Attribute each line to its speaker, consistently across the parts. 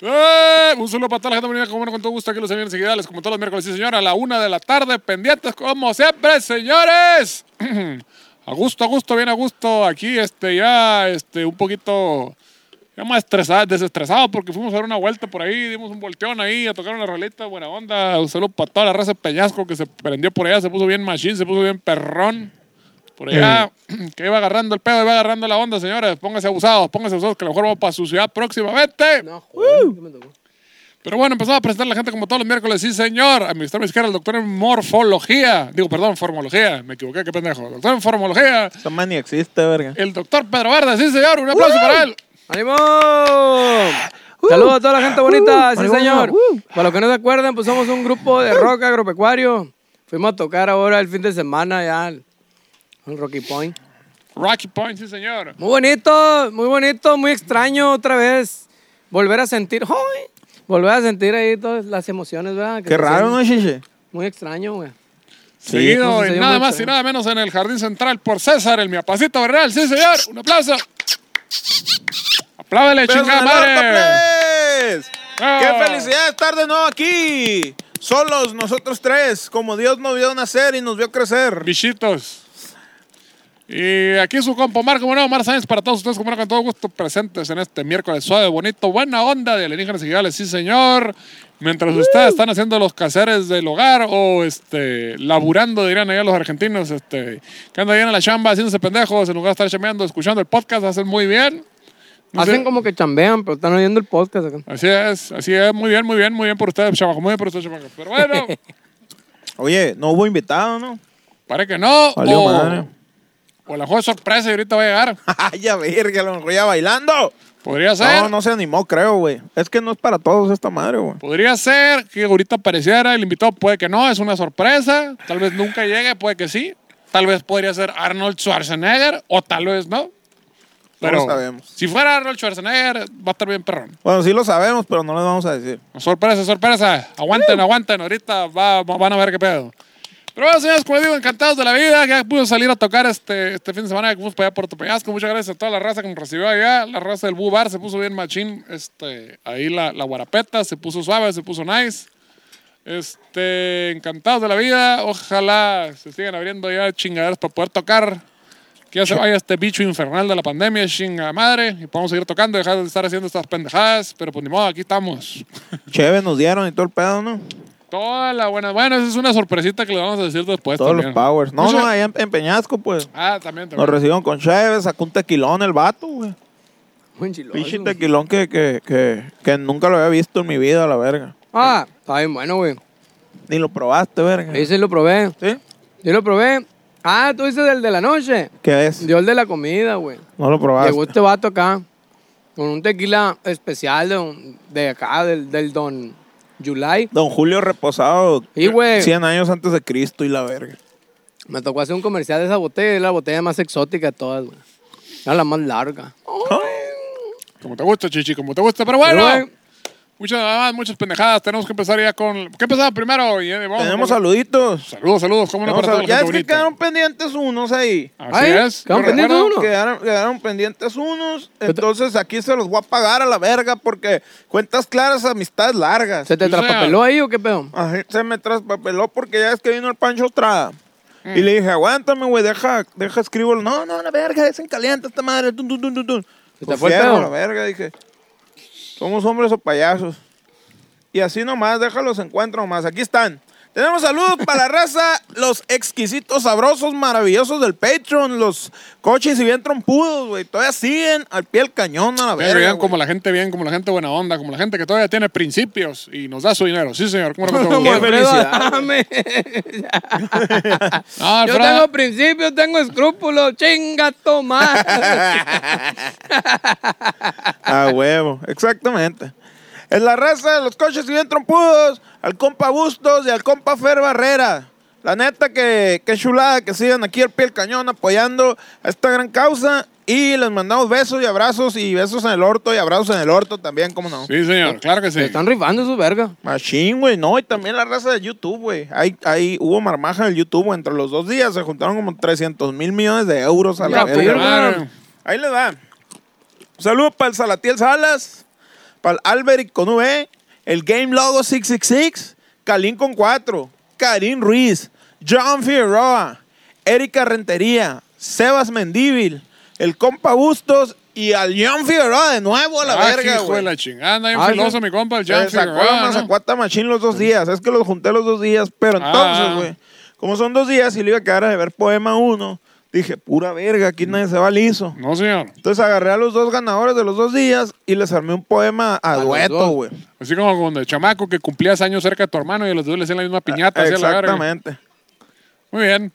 Speaker 1: Eh, un saludo para toda la gente bonita, como bueno, con todo gusto que los vienen enseguida, les como todos los miércoles, sí señora, a la una de la tarde, pendientes como siempre, señores. a gusto, a gusto, bien a gusto, aquí este, ya este, un poquito, ya más estresado, desestresado, porque fuimos a dar una vuelta por ahí, dimos un volteón ahí, a tocar una rolita, buena onda, un saludo para toda la raza de Peñasco que se prendió por allá, se puso bien machín, se puso bien perrón. Por allá, que iba agarrando el pedo, iba agarrando la onda, señores. Pónganse abusados, pónganse abusados, que a lo mejor vamos para su ciudad próximamente.
Speaker 2: No, joder, ¿qué me tocó?
Speaker 1: Pero bueno, empezamos a presentar a la gente como todos los miércoles. Sí, señor. A mi extrema izquierda, el doctor en morfología. Digo, perdón, formología. Me equivoqué, qué pendejo. Doctor en formología.
Speaker 3: Esa man ni existe, verga.
Speaker 1: El doctor Pedro Verde. Sí, señor. Un aplauso para él.
Speaker 2: ¡Ánimo! Saludos a toda la gente bonita, sí señor. Para los que no se acuerdan, pues somos un grupo de rock agropecuario. Fuimos a tocar ahora el fin de semana ya al al Rocky Point.
Speaker 1: Rocky Point, sí, señor.
Speaker 2: Muy bonito, muy bonito, muy extraño otra vez. Volver a sentir, ¡ay! volver a sentir ahí todas las emociones, ¿verdad? Que
Speaker 3: Qué
Speaker 2: te
Speaker 3: raro,
Speaker 2: sientes.
Speaker 3: ¿no, Chiche?
Speaker 2: Muy extraño, güey.
Speaker 1: Seguido
Speaker 2: no sé,
Speaker 1: en
Speaker 2: señor,
Speaker 1: nada
Speaker 2: mucho,
Speaker 1: más y
Speaker 2: eh.
Speaker 1: nada menos en el Jardín Central por César, el miapacito Bernal. Sí, señor. Un aplauso. Apláudele, chingada madre.
Speaker 3: Please.
Speaker 1: ¡Bravo!
Speaker 3: ¡Qué felicidad estar de nuevo aquí! Solos, nosotros tres, como Dios nos vio nacer y nos vio crecer.
Speaker 1: Bichitos. Y aquí su compo Omar, como no, Omar Sáenz, para todos ustedes, como no, con todo gusto presentes en este miércoles suave, bonito, buena onda de alienígenas y gales, sí señor. Mientras ustedes están haciendo los caseres del hogar o este, laburando, dirían allá los argentinos, este, que andan bien en la chamba haciéndose pendejos, en lugar de estar chameando, escuchando el podcast, hacen muy bien. No sé.
Speaker 2: Hacen como que chambean, pero están oyendo el podcast acá.
Speaker 1: Así es, así es, muy bien, muy bien, muy bien por ustedes, chamaco, muy bien por ustedes, chamaco. Pero bueno,
Speaker 3: Oye, no hubo invitado, ¿no?
Speaker 1: para que no,
Speaker 3: Valió
Speaker 1: o,
Speaker 3: madre.
Speaker 1: o a lo mejor sorpresa y ahorita va a llegar.
Speaker 3: ¡Ay, ya verga! A lo mejor ya bailando.
Speaker 1: Podría ser.
Speaker 3: No, no se animó, creo, güey. Es que no es para todos esta madre, güey.
Speaker 1: Podría ser que ahorita apareciera el invitado, puede que no, es una sorpresa, tal vez nunca llegue, puede que sí, tal vez podría ser Arnold Schwarzenegger o tal vez no. Pero
Speaker 3: No lo sabemos.
Speaker 1: si fuera Arnold Schwarzenegger, va a estar bien perrón.
Speaker 3: Bueno, sí lo sabemos, pero no les vamos a decir.
Speaker 1: Sorpresa, sorpresa. Aguanten, aguanten. Ahorita va- va- van a ver qué pedo. Pero bueno, señores, como digo, encantados de la vida. Ya pude salir a tocar este, este fin de semana que fuimos para allá a Puerto Peñasco. Muchas gracias a toda la raza que nos recibió allá. La raza del Boo Bar se puso bien machín. Este, ahí la, la guarapeta se puso suave, se puso nice. Este, encantados de la vida. Ojalá se sigan abriendo ya chingaderas para poder tocar. Que ya se vaya este bicho infernal de la pandemia, chinga madre. Y podamos seguir tocando, dejar de estar haciendo estas pendejadas. Pero pues ni modo, aquí estamos.
Speaker 3: Chévere, nos dieron y todo el pedo, ¿no?
Speaker 1: Toda la buena. Bueno, esa es una sorpresita que le vamos a decir después.
Speaker 3: Todos
Speaker 1: también.
Speaker 3: los powers. No,
Speaker 1: Mucha-
Speaker 3: no, allá en, en Peñasco, pues.
Speaker 1: Ah, también,
Speaker 3: Nos
Speaker 1: también.
Speaker 3: recibieron con Chévere, sacó un tequilón el vato, güey.
Speaker 2: Buen chiloso,
Speaker 3: Pinche
Speaker 2: güey.
Speaker 3: tequilón que, que, que, que nunca lo había visto en mi vida, la verga.
Speaker 2: Ah, está bien bueno, güey.
Speaker 3: Ni lo probaste, verga.
Speaker 2: Ahí sí lo probé.
Speaker 3: ¿Sí?
Speaker 2: Yo lo probé. Ah, tú dices el de la noche.
Speaker 3: ¿Qué es?
Speaker 2: Yo el de la comida, güey.
Speaker 3: No lo probaste.
Speaker 2: Llegó este vato acá con un tequila especial de, un- de acá, del, del Don July.
Speaker 3: Don Julio reposado.
Speaker 2: Y, güey.
Speaker 3: 100 años antes de Cristo y la verga.
Speaker 2: Me tocó hacer un comercial de esa botella, es la botella más exótica de todas, güey. Era la más larga.
Speaker 1: Como te gusta, chichi, como te gusta. Pero bueno,
Speaker 2: Pero, güey,
Speaker 1: muchas nada más, muchas pendejadas. Tenemos que empezar ya con. ¿Qué empezaba primero? Y, eh, vamos
Speaker 3: Tenemos
Speaker 1: con-
Speaker 3: saluditos.
Speaker 1: Saludos, saludos. ¿Cómo no
Speaker 3: Tenemos
Speaker 1: para toda la
Speaker 3: sal- Ya es
Speaker 1: gente
Speaker 3: que
Speaker 1: bonita?
Speaker 3: quedaron pendientes unos ahí.
Speaker 1: Así
Speaker 2: Ay,
Speaker 1: es.
Speaker 2: quedaron
Speaker 1: Yo recuerdo-
Speaker 2: Ah, pendientes uno.
Speaker 3: Quedaron, quedaron pendientes unos. Entonces aquí se los voy a pagar a la verga porque cuentas claras, amistades largas.
Speaker 2: ¿Se te
Speaker 1: O sea-
Speaker 2: traspapeló ahí o qué pedo?
Speaker 3: Ajá, se me traspapeló porque ya es que vino el Pancho Estrada. Y le dije, aguántame, güey, deja, deja, escribo. No, no, la verga, es en caliente esta madre. Tun, tun, tun, tun, tun.
Speaker 2: ¿Se te
Speaker 3: Pues
Speaker 2: fue el
Speaker 3: fierro,
Speaker 2: pedo?
Speaker 3: la verga, dije. Somos hombres o payasos. Y así nomás, déjalos encuentro nomás. Aquí están. Tenemos saludos para la raza, los exquisitos, sabrosos, maravillosos del Patreon, los coches y bien trompudos, güey. Todavía siguen al pie del cañón a la
Speaker 1: Pero
Speaker 3: verga.
Speaker 1: bien,
Speaker 3: güey.
Speaker 1: como la gente bien, como la gente buena onda, como la gente que todavía tiene principios y nos da su dinero. Sí, señor. ¿Cómo no para toda la
Speaker 3: Qué
Speaker 1: gente?
Speaker 3: felicidad,
Speaker 2: Dame.
Speaker 1: No,
Speaker 2: Yo
Speaker 1: Alfredo,
Speaker 2: tengo principios, tengo escrúpulos, chinga tomar.
Speaker 3: A huevo, exactamente. En la raza de los coches y bien trompudos, al compa Bustos y al compa Fer Barrera. La neta que, que chulada que sigan aquí al pie del cañón apoyando a esta gran causa. Y les mandamos besos y abrazos y besos en el orto y abrazos en el orto también, ¿cómo no?
Speaker 1: Sí, señor. Claro que sí.
Speaker 2: Se están rifando esos vergas.
Speaker 3: Machín, güey, no, y también la raza de YouTube, güey. Ahí, ahí hubo marmaja en el YouTube, güey. entre los dos días se juntaron como 300 mil millones de euros a
Speaker 2: Mira,
Speaker 3: la verga.
Speaker 2: pues,
Speaker 1: Madre.
Speaker 3: Ahí le da. Saludos para el Salatiel Salas, Para Alberic con V, el Game Logo 666, Kalin con 4, Karim Ruiz, John Figueroa, Erika Rentería, Sebas Mendívil, el compa Bustos y al John Figueroa de nuevo a la
Speaker 1: Ah,
Speaker 3: verga,
Speaker 1: hijo de
Speaker 3: güey.
Speaker 1: la chingada, bien
Speaker 2: Ah,
Speaker 1: filoso
Speaker 2: sí.
Speaker 1: mi compa, el Jan
Speaker 3: Se sacó
Speaker 1: Figueroa,
Speaker 3: la
Speaker 1: ¿no?
Speaker 3: mazacuata machín los dos días. Es que los junté los dos días. Pero
Speaker 1: Ah.
Speaker 3: entonces, güey, como son dos días y le iba a quedar de ver poema uno, dije, pura verga, aquí nadie se va liso.
Speaker 1: No, señor.
Speaker 3: Entonces agarré a los dos ganadores de los dos días y les armé un poema a,
Speaker 2: los
Speaker 3: dueto,
Speaker 2: dos.
Speaker 3: güey.
Speaker 1: Así como cuando el chamaco que cumplías años cerca de tu hermano y a los dos le hacían la misma piñata. así a la verga.
Speaker 3: Exactamente.
Speaker 1: Muy bien.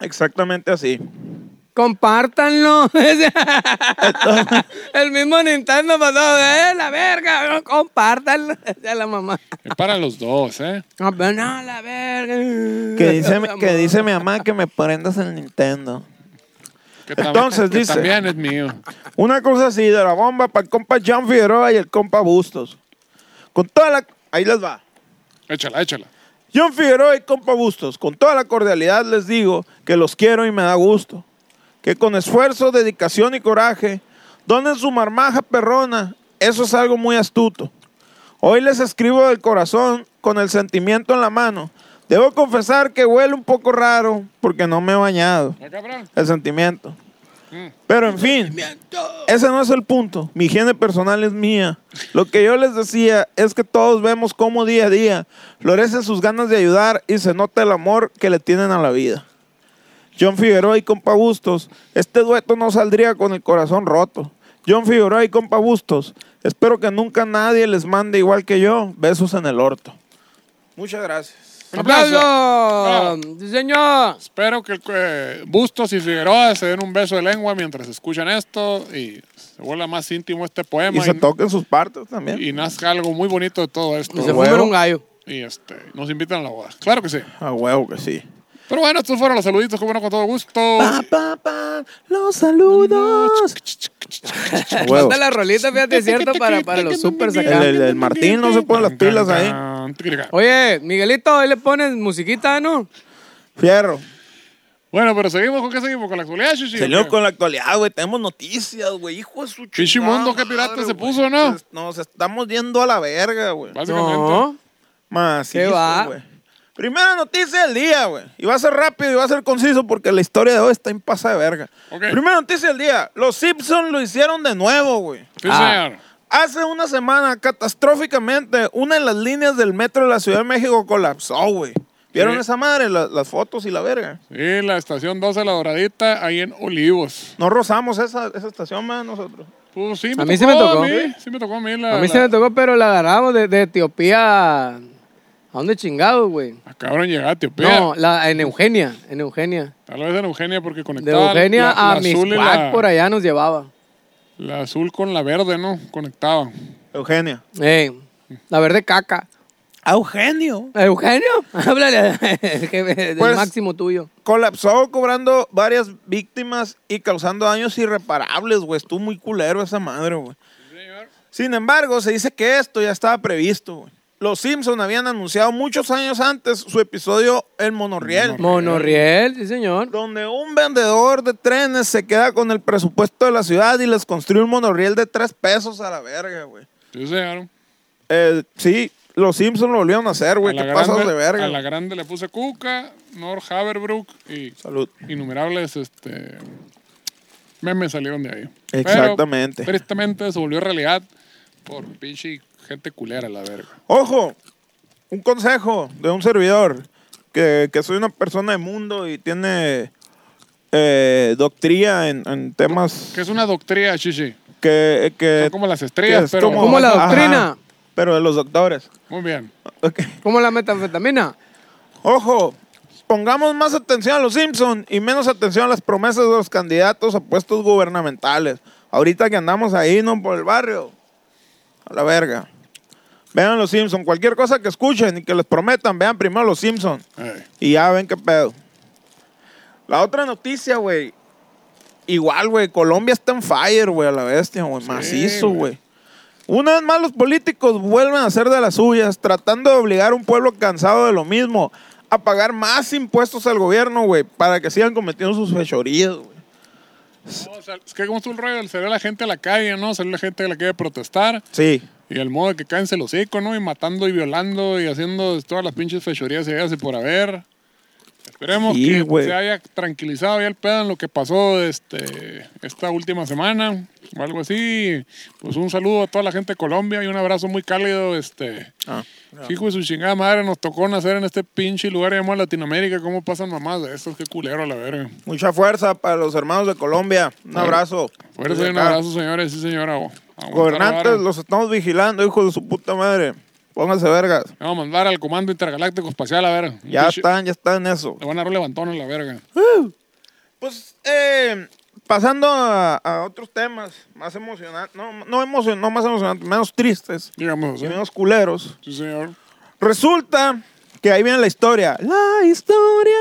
Speaker 3: Exactamente así.
Speaker 2: Compártanlo. el mismo Nintendo pasó de la verga. Compártanlo. Decía la mamá.
Speaker 1: Es para los dos, ¿eh?
Speaker 2: No, pero no, la verga.
Speaker 3: Que dice, mi- que dice mi mamá que me prendas el Nintendo.
Speaker 1: Que tam-
Speaker 3: Entonces,
Speaker 1: que
Speaker 3: dice-
Speaker 1: También es mío.
Speaker 3: Una cosa así de la bomba para el compa John Figueroa y el compa Bustos. Con toda la... Ahí les va.
Speaker 1: Échala, échala.
Speaker 3: John Figueroa y compa Bustos, con toda la cordialidad les digo que los quiero y me da gusto. Que con esfuerzo, dedicación y coraje, donen su marmaja perrona, eso es algo muy astuto. Hoy les escribo del corazón, con el sentimiento en la mano. Debo confesar que huele un poco raro porque no me he bañado.
Speaker 1: ¿No, cabrón?
Speaker 3: El sentimiento. Pero en fin, ese no es el punto. Mi higiene personal es mía. Lo que yo les decía es que todos vemos cómo día a día florecen sus ganas de ayudar y se nota el amor que le tienen a la vida. John Figueroa y compa Bustos, este dueto no saldría con el corazón roto. John Figueroa y compa Bustos, espero que nunca nadie les mande igual que yo besos en el orto. Muchas gracias.
Speaker 1: Un aplauso.
Speaker 2: ¡Aplauso! ¡Sí, señor!
Speaker 1: Espero que eh, Bustos y Figueroa se den un beso de lengua mientras escuchan esto y se vuelva más íntimo este
Speaker 3: Y
Speaker 1: poema
Speaker 3: se toquen sus partes también.
Speaker 1: y nazca algo muy bonito de todo esto.
Speaker 2: Y se
Speaker 3: huevo.
Speaker 2: fue un gallo.
Speaker 1: Y este, nos invitan a la boda. Claro que sí.
Speaker 3: A huevo que sí.
Speaker 1: Pero bueno, estos fueron los saluditos, como no, con todo gusto.
Speaker 3: Pa, pa, pa, los saludos. Huevo.
Speaker 2: Falta la rolita, fíjate, cierto, para, para los supers
Speaker 3: El,
Speaker 2: acá.
Speaker 3: el- el Martín no se pone las pilas ahí.
Speaker 2: Oye, Miguelito, ahí le pones musiquita, ¿no?
Speaker 3: Fierro.
Speaker 1: Bueno, pero seguimos con qué seguimos, con la actualidad, Shishi.
Speaker 3: Seguimos con la actualidad, güey. Tenemos noticias, güey. Hijo de su chingada.
Speaker 1: Pinche mundo, qué pirata
Speaker 3: madre,
Speaker 1: se
Speaker 3: güey.
Speaker 1: puso, ¿no?
Speaker 3: Nos- Nos estamos yendo a la verga, güey.
Speaker 1: Básicamente.
Speaker 2: No.
Speaker 3: Más.
Speaker 2: ¿Qué va?
Speaker 3: Primera noticia del día, güey. Y va a ser rápido y va a ser conciso porque la historia de hoy está en pasa de verga.
Speaker 1: Ok.
Speaker 3: Primera noticia del día. Los Simpsons lo hicieron de nuevo, güey.
Speaker 1: Sí,
Speaker 2: Ah.
Speaker 1: señor.
Speaker 3: Hace una semana, catastróficamente, una de las líneas del metro de la Ciudad de México colapsó, güey. ¿Vieron
Speaker 1: Sí.
Speaker 3: esa madre? La- las fotos y la verga.
Speaker 1: Sí, la estación 12, la doradita, ahí en Olivos.
Speaker 3: No rozamos esa, esa estación más nosotros.
Speaker 1: Pues sí, me
Speaker 2: A mí sí
Speaker 1: tocó,
Speaker 2: me tocó.
Speaker 1: A mí, sí me tocó a mí. La,
Speaker 2: A mí se
Speaker 1: la-
Speaker 2: me tocó, pero la agarramos de, de Etiopía. ¿A dónde chingados, güey?
Speaker 1: Ah, cabrón, llegar a Etiopía.
Speaker 2: No, la, en Eugenia, en Eugenia.
Speaker 1: Tal vez en Eugenia porque
Speaker 2: De
Speaker 1: conectaba
Speaker 2: Eugenia
Speaker 1: la- la
Speaker 2: a
Speaker 1: azul y la,
Speaker 2: Miscuac, por allá nos llevaba.
Speaker 1: la azul con la verde, ¿no? Conectaba.
Speaker 3: Eugenia.
Speaker 2: Eh, la verde caca.
Speaker 3: Eugenio.
Speaker 2: Eugenio, háblale al jefe del
Speaker 3: Pues-
Speaker 2: máximo tuyo.
Speaker 3: Colapsó cobrando varias víctimas y causando daños irreparables, güey. Estuvo muy culero esa madre, güey. Sin embargo, se dice que esto ya estaba previsto, güey. Los Simpson habían anunciado muchos años antes su episodio El Monorriel.
Speaker 2: Monorriel, sí señor.
Speaker 3: Donde un vendedor de trenes se queda con el presupuesto de la ciudad y les construye un monorriel de tres pesos a la verga, güey.
Speaker 1: Sí, señor.
Speaker 3: Eh, sí, los Simpsons lo volvieron a hacer, güey.
Speaker 1: a,
Speaker 3: ¿Qué
Speaker 1: la
Speaker 3: pasos
Speaker 1: grande,
Speaker 3: de verga?
Speaker 1: a la grande le puse Cuca, Nor Haverbrook y
Speaker 3: Salud.
Speaker 1: innumerables este, memes salieron de ahí.
Speaker 3: Exactamente.
Speaker 1: Pero, tristemente se volvió realidad por pinche gente culera, la verga.
Speaker 3: Ojo, un consejo de un servidor que, que soy una persona de mundo y tiene eh, doctrina en, en temas
Speaker 1: Que es una doctrina, chichi.
Speaker 3: que, que-
Speaker 1: Son como las
Speaker 3: Eh, que
Speaker 1: estrellas,
Speaker 3: es
Speaker 1: pero.
Speaker 2: Como la
Speaker 3: ajá,
Speaker 2: doctrina.
Speaker 3: pero de los doctores.
Speaker 1: Muy bien.
Speaker 3: Ok.
Speaker 2: ¿Cómo la metanfetamina?
Speaker 3: Ojo, pongamos más atención a los Simpsons y menos atención a las promesas de los candidatos a puestos gubernamentales. Ahorita que andamos ahí, no por el barrio. A la verga. Vean los Simpsons. Cualquier cosa que escuchen y que les prometan, vean primero los Simpsons.
Speaker 1: Ey.
Speaker 3: Y ya ven qué pedo. La otra noticia, güey. Igual, güey. Colombia está en fire, güey, a la bestia, güey. Macizo,
Speaker 1: güey.
Speaker 3: güey. Una vez más los políticos vuelven a hacer de las suyas, tratando de obligar a un pueblo cansado de lo mismo a pagar más impuestos al gobierno, güey, para que sigan cometiendo sus fechorías, güey.
Speaker 1: No, o sea, es que como estuvo el rollo, salió la gente a la calle, ¿no? Salió la gente a la calle a protestar.
Speaker 3: Sí.
Speaker 1: Y el modo de que caen el hocico, ¿no? Y matando y violando y haciendo todas las pinches fechorías y hace por haber. Esperemos
Speaker 3: Sí,
Speaker 1: que
Speaker 3: güey.
Speaker 1: se haya tranquilizado ya el pedo en lo que pasó este, esta última semana o algo así. Pues un saludo a toda la gente de Colombia y un abrazo muy cálido. Este,
Speaker 3: Ah.
Speaker 1: Hijo de su chingada madre, nos tocó nacer en este pinche lugar llamado Latinoamérica. ¿Cómo pasan mamás de estos? Qué culero, a la verga.
Speaker 3: Mucha fuerza para los hermanos de Colombia. Un abrazo.
Speaker 1: Ah, Fuerza
Speaker 3: Desde
Speaker 1: y un
Speaker 3: acá.
Speaker 1: abrazo, señores. Sí, señora. Agu- aguantar la
Speaker 3: Gobernantes,
Speaker 1: vara.
Speaker 3: los estamos vigilando, hijo de su puta madre. Pónganse vergas.
Speaker 1: Vamos a mandar al Comando Intergaláctico Espacial, a ver. Un
Speaker 3: Ya
Speaker 1: pinche-
Speaker 3: están, ya están en eso.
Speaker 1: Le van a dar un levantón a la verga.
Speaker 3: Pues, eh, pasando a, a otros temas más emocionantes, no, no, emocion- no más emocionantes, menos tristes
Speaker 1: Digamos
Speaker 3: y
Speaker 1: así.
Speaker 3: menos culeros.
Speaker 1: Sí, señor.
Speaker 3: Resulta que ahí viene la historia. La historia.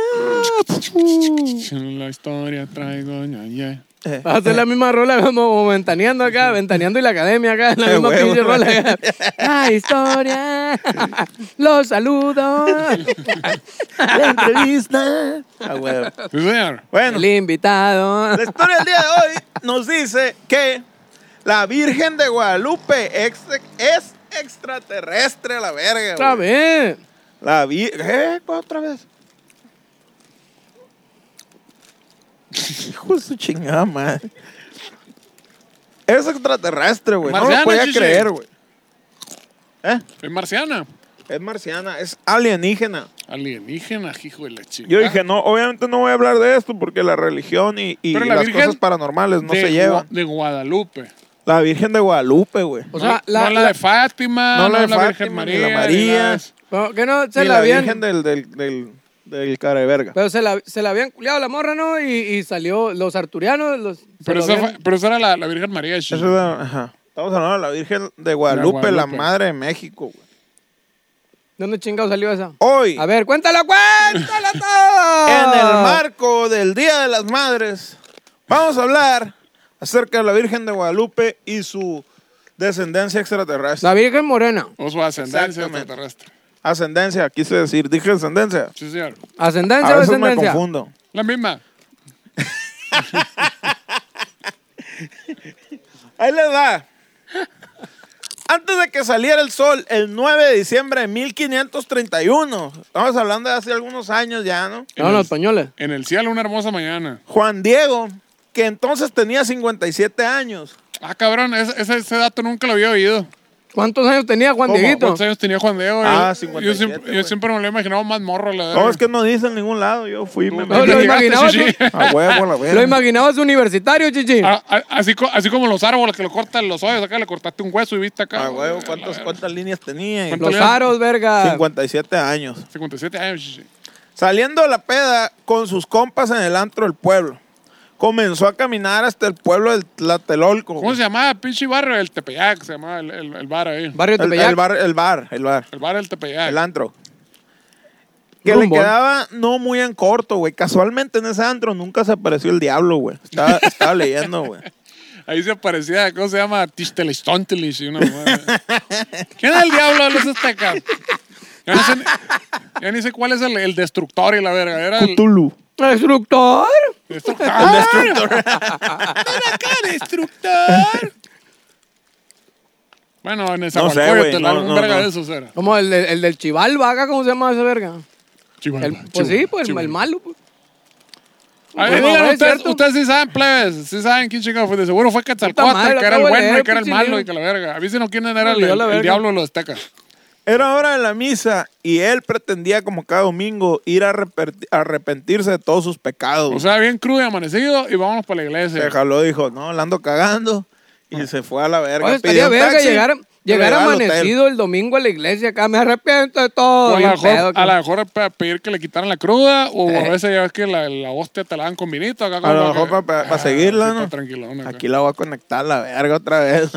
Speaker 1: En la historia traigo ña, ña.
Speaker 3: Eh,
Speaker 2: Va a hacer la misma rola como como ventaneando acá, ventaneando y la academia acá, la
Speaker 3: Eh,
Speaker 2: misma
Speaker 3: huevo.
Speaker 2: pinche rola acá. La historia, los saludo,
Speaker 3: la entrevista. Ah, huevo.
Speaker 1: Sí, señor.
Speaker 3: Bueno,
Speaker 2: el invitado.
Speaker 3: La historia del día de hoy nos dice que la Virgen de Guadalupe ex- es extraterrestre a la verga.
Speaker 2: Otra
Speaker 3: güey.
Speaker 2: vez.
Speaker 3: La Virgen. ¿Eh? ¿Cuál otra vez? Hijo de su chingada madre. Es extraterrestre, güey. No lo
Speaker 1: Marciana,
Speaker 3: podía
Speaker 1: chiche.
Speaker 3: creer, güey. ¿Eh?
Speaker 1: Es marciana.
Speaker 3: Es marciana, es alienígena.
Speaker 1: Alienígena, hijo de la chica.
Speaker 3: Yo dije, no, obviamente no voy a hablar de esto porque la religión y, y
Speaker 1: Pero la
Speaker 3: las
Speaker 1: Virgen
Speaker 3: cosas paranormales no
Speaker 1: de
Speaker 3: se
Speaker 1: Gua-
Speaker 3: llevan.
Speaker 1: De Guadalupe.
Speaker 3: La Virgen de Guadalupe, güey.
Speaker 2: O sea,
Speaker 1: no, no
Speaker 2: la,
Speaker 1: la, de Fátima, no, la de la Virgen
Speaker 3: Fátima, ni
Speaker 1: María.
Speaker 3: la
Speaker 1: ni
Speaker 3: María.
Speaker 1: nada de eso.
Speaker 2: no, que no se
Speaker 3: Ni
Speaker 2: la,
Speaker 3: la
Speaker 2: habían,
Speaker 3: virgen del, del, del, del cara de verga.
Speaker 2: pero se la, se la habían culiado la morra, ¿no? Y, y salió los arturianos, los. se
Speaker 1: Pero
Speaker 2: lo
Speaker 1: esa,
Speaker 2: habían-
Speaker 1: fue- pero esa era la, la Virgen María. chico.
Speaker 3: Eso es la- ajá. Estamos hablando de la Virgen de Guadalupe, la,
Speaker 1: Guadalupe.
Speaker 3: madre de México. güey.
Speaker 2: ¿Dónde chingado salió esa?
Speaker 3: Hoy,
Speaker 2: A ver, Ah. cuéntalo, cuéntalo todo.
Speaker 3: en el marco del Día de las Madres, vamos a hablar acerca de la Virgen de Guadalupe y su descendencia extraterrestre.
Speaker 2: La Virgen Morena,
Speaker 1: O su ascendencia
Speaker 3: Exactamente.
Speaker 1: extraterrestre.
Speaker 3: Ascendencia, quise decir, dije descendencia.
Speaker 1: Sí, señor.
Speaker 2: ascendencia
Speaker 3: A
Speaker 2: o
Speaker 3: veces me
Speaker 2: descendencia.
Speaker 3: confundo.
Speaker 1: La misma.
Speaker 3: Ahí les va. Antes de que saliera el sol, el 9 de diciembre de 1531, estamos hablando de hace algunos años ya, ¿no?
Speaker 2: No, los españoles.
Speaker 1: En el cielo, una hermosa mañana.
Speaker 3: Juan Diego, que entonces tenía 57 años,
Speaker 1: Ah, cabrón, ese, ese, ese dato nunca lo había oído.
Speaker 2: ¿Cuántos años tenía Juan
Speaker 3: ¿Cómo?
Speaker 2: Dieguito?
Speaker 1: ¿Cuántos años tenía Juan Diego?
Speaker 3: Ah,
Speaker 1: Yo-
Speaker 3: 57,
Speaker 1: Yo, siempre, yo
Speaker 3: güey.
Speaker 1: siempre me lo he imaginado más morro. La
Speaker 3: no,
Speaker 1: verga.
Speaker 3: es que no dice en ningún lado, yo fui, me
Speaker 2: No,
Speaker 1: Tú
Speaker 2: lo
Speaker 3: metí.
Speaker 1: investigaste,
Speaker 2: imaginabas,
Speaker 1: Shishi.
Speaker 2: ¿no?
Speaker 3: a huevo, la
Speaker 2: ¿Lo
Speaker 3: verga.
Speaker 2: imaginabas universitario, chichi?
Speaker 3: Ah,
Speaker 1: A- a- así, co- así como los árboles que le cortan los hoyos, acá le cortaste un hueso y viste acá.
Speaker 3: A Ah, huevo,
Speaker 1: la
Speaker 3: ¿cuántas,
Speaker 1: verga.
Speaker 3: cuántas líneas tenía?
Speaker 1: ¿Cuántas?
Speaker 2: los aros, verga.
Speaker 3: 57 años.
Speaker 1: 57 años. sí, sí.
Speaker 3: Saliendo de la peda con sus compas en el antro del pueblo, comenzó a caminar hasta el pueblo del Tlatelolco.
Speaker 1: ¿Cómo se llamaba pinche barrio? El Tepeyac, se llamaba el, el- el bar ahí.
Speaker 2: Barrio
Speaker 3: El,
Speaker 2: Tepeyac.
Speaker 3: el bar, el bar, el bar.
Speaker 1: El bar del Tepeyac.
Speaker 3: El antro. Que
Speaker 2: Rumbo. ¿eh?
Speaker 3: le quedaba no muy en corto, güey. Casualmente en ese antro nunca se apareció el diablo, güey. Estaba, estaba leyendo, güey.
Speaker 1: Ahí se aparecía, ¿cómo se llama? Tishtelestontelis y una mamada. ¿Quién es el diablo de los aztecas? Ya ni sé, ya ni sé cuál es el, el destructor y la verga. Era el
Speaker 3: Cthulhu.
Speaker 2: Instructor.
Speaker 1: destructor. ¡El destructor! ¡Ah! ¡Ven acá, destructor! Bueno, en esa
Speaker 3: No sé, güey, no,
Speaker 1: algún
Speaker 3: no,
Speaker 1: verga
Speaker 3: no.
Speaker 1: de esos era.
Speaker 2: Como el, de- el del Chival, vaga, ¿cómo se llama ese verga?
Speaker 1: Chihuahua,
Speaker 2: El- pues sí,
Speaker 1: Chihuahua,
Speaker 2: pues el
Speaker 1: Chihuahua.
Speaker 2: malo. pues.
Speaker 1: A ver,
Speaker 2: Bueno,
Speaker 1: díganme,
Speaker 2: es
Speaker 1: ustedes,
Speaker 2: cierto.
Speaker 1: ustedes sí saben, plebes, sí saben quién chingado fue. De seguro fue
Speaker 2: Puta madre,
Speaker 1: Quetzalcóatl,
Speaker 2: lo
Speaker 1: que era el
Speaker 2: acabo de
Speaker 1: bueno y
Speaker 2: leer,
Speaker 1: que era el
Speaker 2: pinche
Speaker 1: malo
Speaker 2: libro.
Speaker 1: y que la verga. Avísenos quién era el,
Speaker 2: Olvidó la
Speaker 1: el
Speaker 2: verga.
Speaker 1: diablo de los aztecas.
Speaker 3: Era hora de la misa y él pretendía, como cada domingo, ir a arrepentir- arrepentirse de todos sus pecados.
Speaker 1: O sea, bien crudo y amanecido y vámonos para la iglesia.
Speaker 3: se jaló, dijo, no, la ando cagando. Y se fue a la verga.
Speaker 2: Oye,
Speaker 3: Pidió
Speaker 2: estaría
Speaker 3: un
Speaker 2: verga
Speaker 3: taxi,
Speaker 2: llegar,
Speaker 3: que lo
Speaker 2: llegar
Speaker 3: llevara al hotel.
Speaker 2: amanecido el domingo a la iglesia acá. Me arrepiento de
Speaker 1: O
Speaker 2: todo.
Speaker 1: a lo
Speaker 2: bien
Speaker 1: mejor,
Speaker 2: pedo,
Speaker 1: a
Speaker 2: que-
Speaker 1: lo mejor para pedir que le quitaran la cruda, o a veces ya ves que la, la hostia te la dan con vinito. Acá
Speaker 3: A
Speaker 1: como
Speaker 3: lo
Speaker 1: para
Speaker 3: mejor
Speaker 1: que-
Speaker 3: para
Speaker 1: Ah,
Speaker 3: seguirla,
Speaker 1: sí,
Speaker 3: ¿no?
Speaker 1: pa' tranquilón acá.
Speaker 3: Aquí la voy a conectar a la verga otra vez.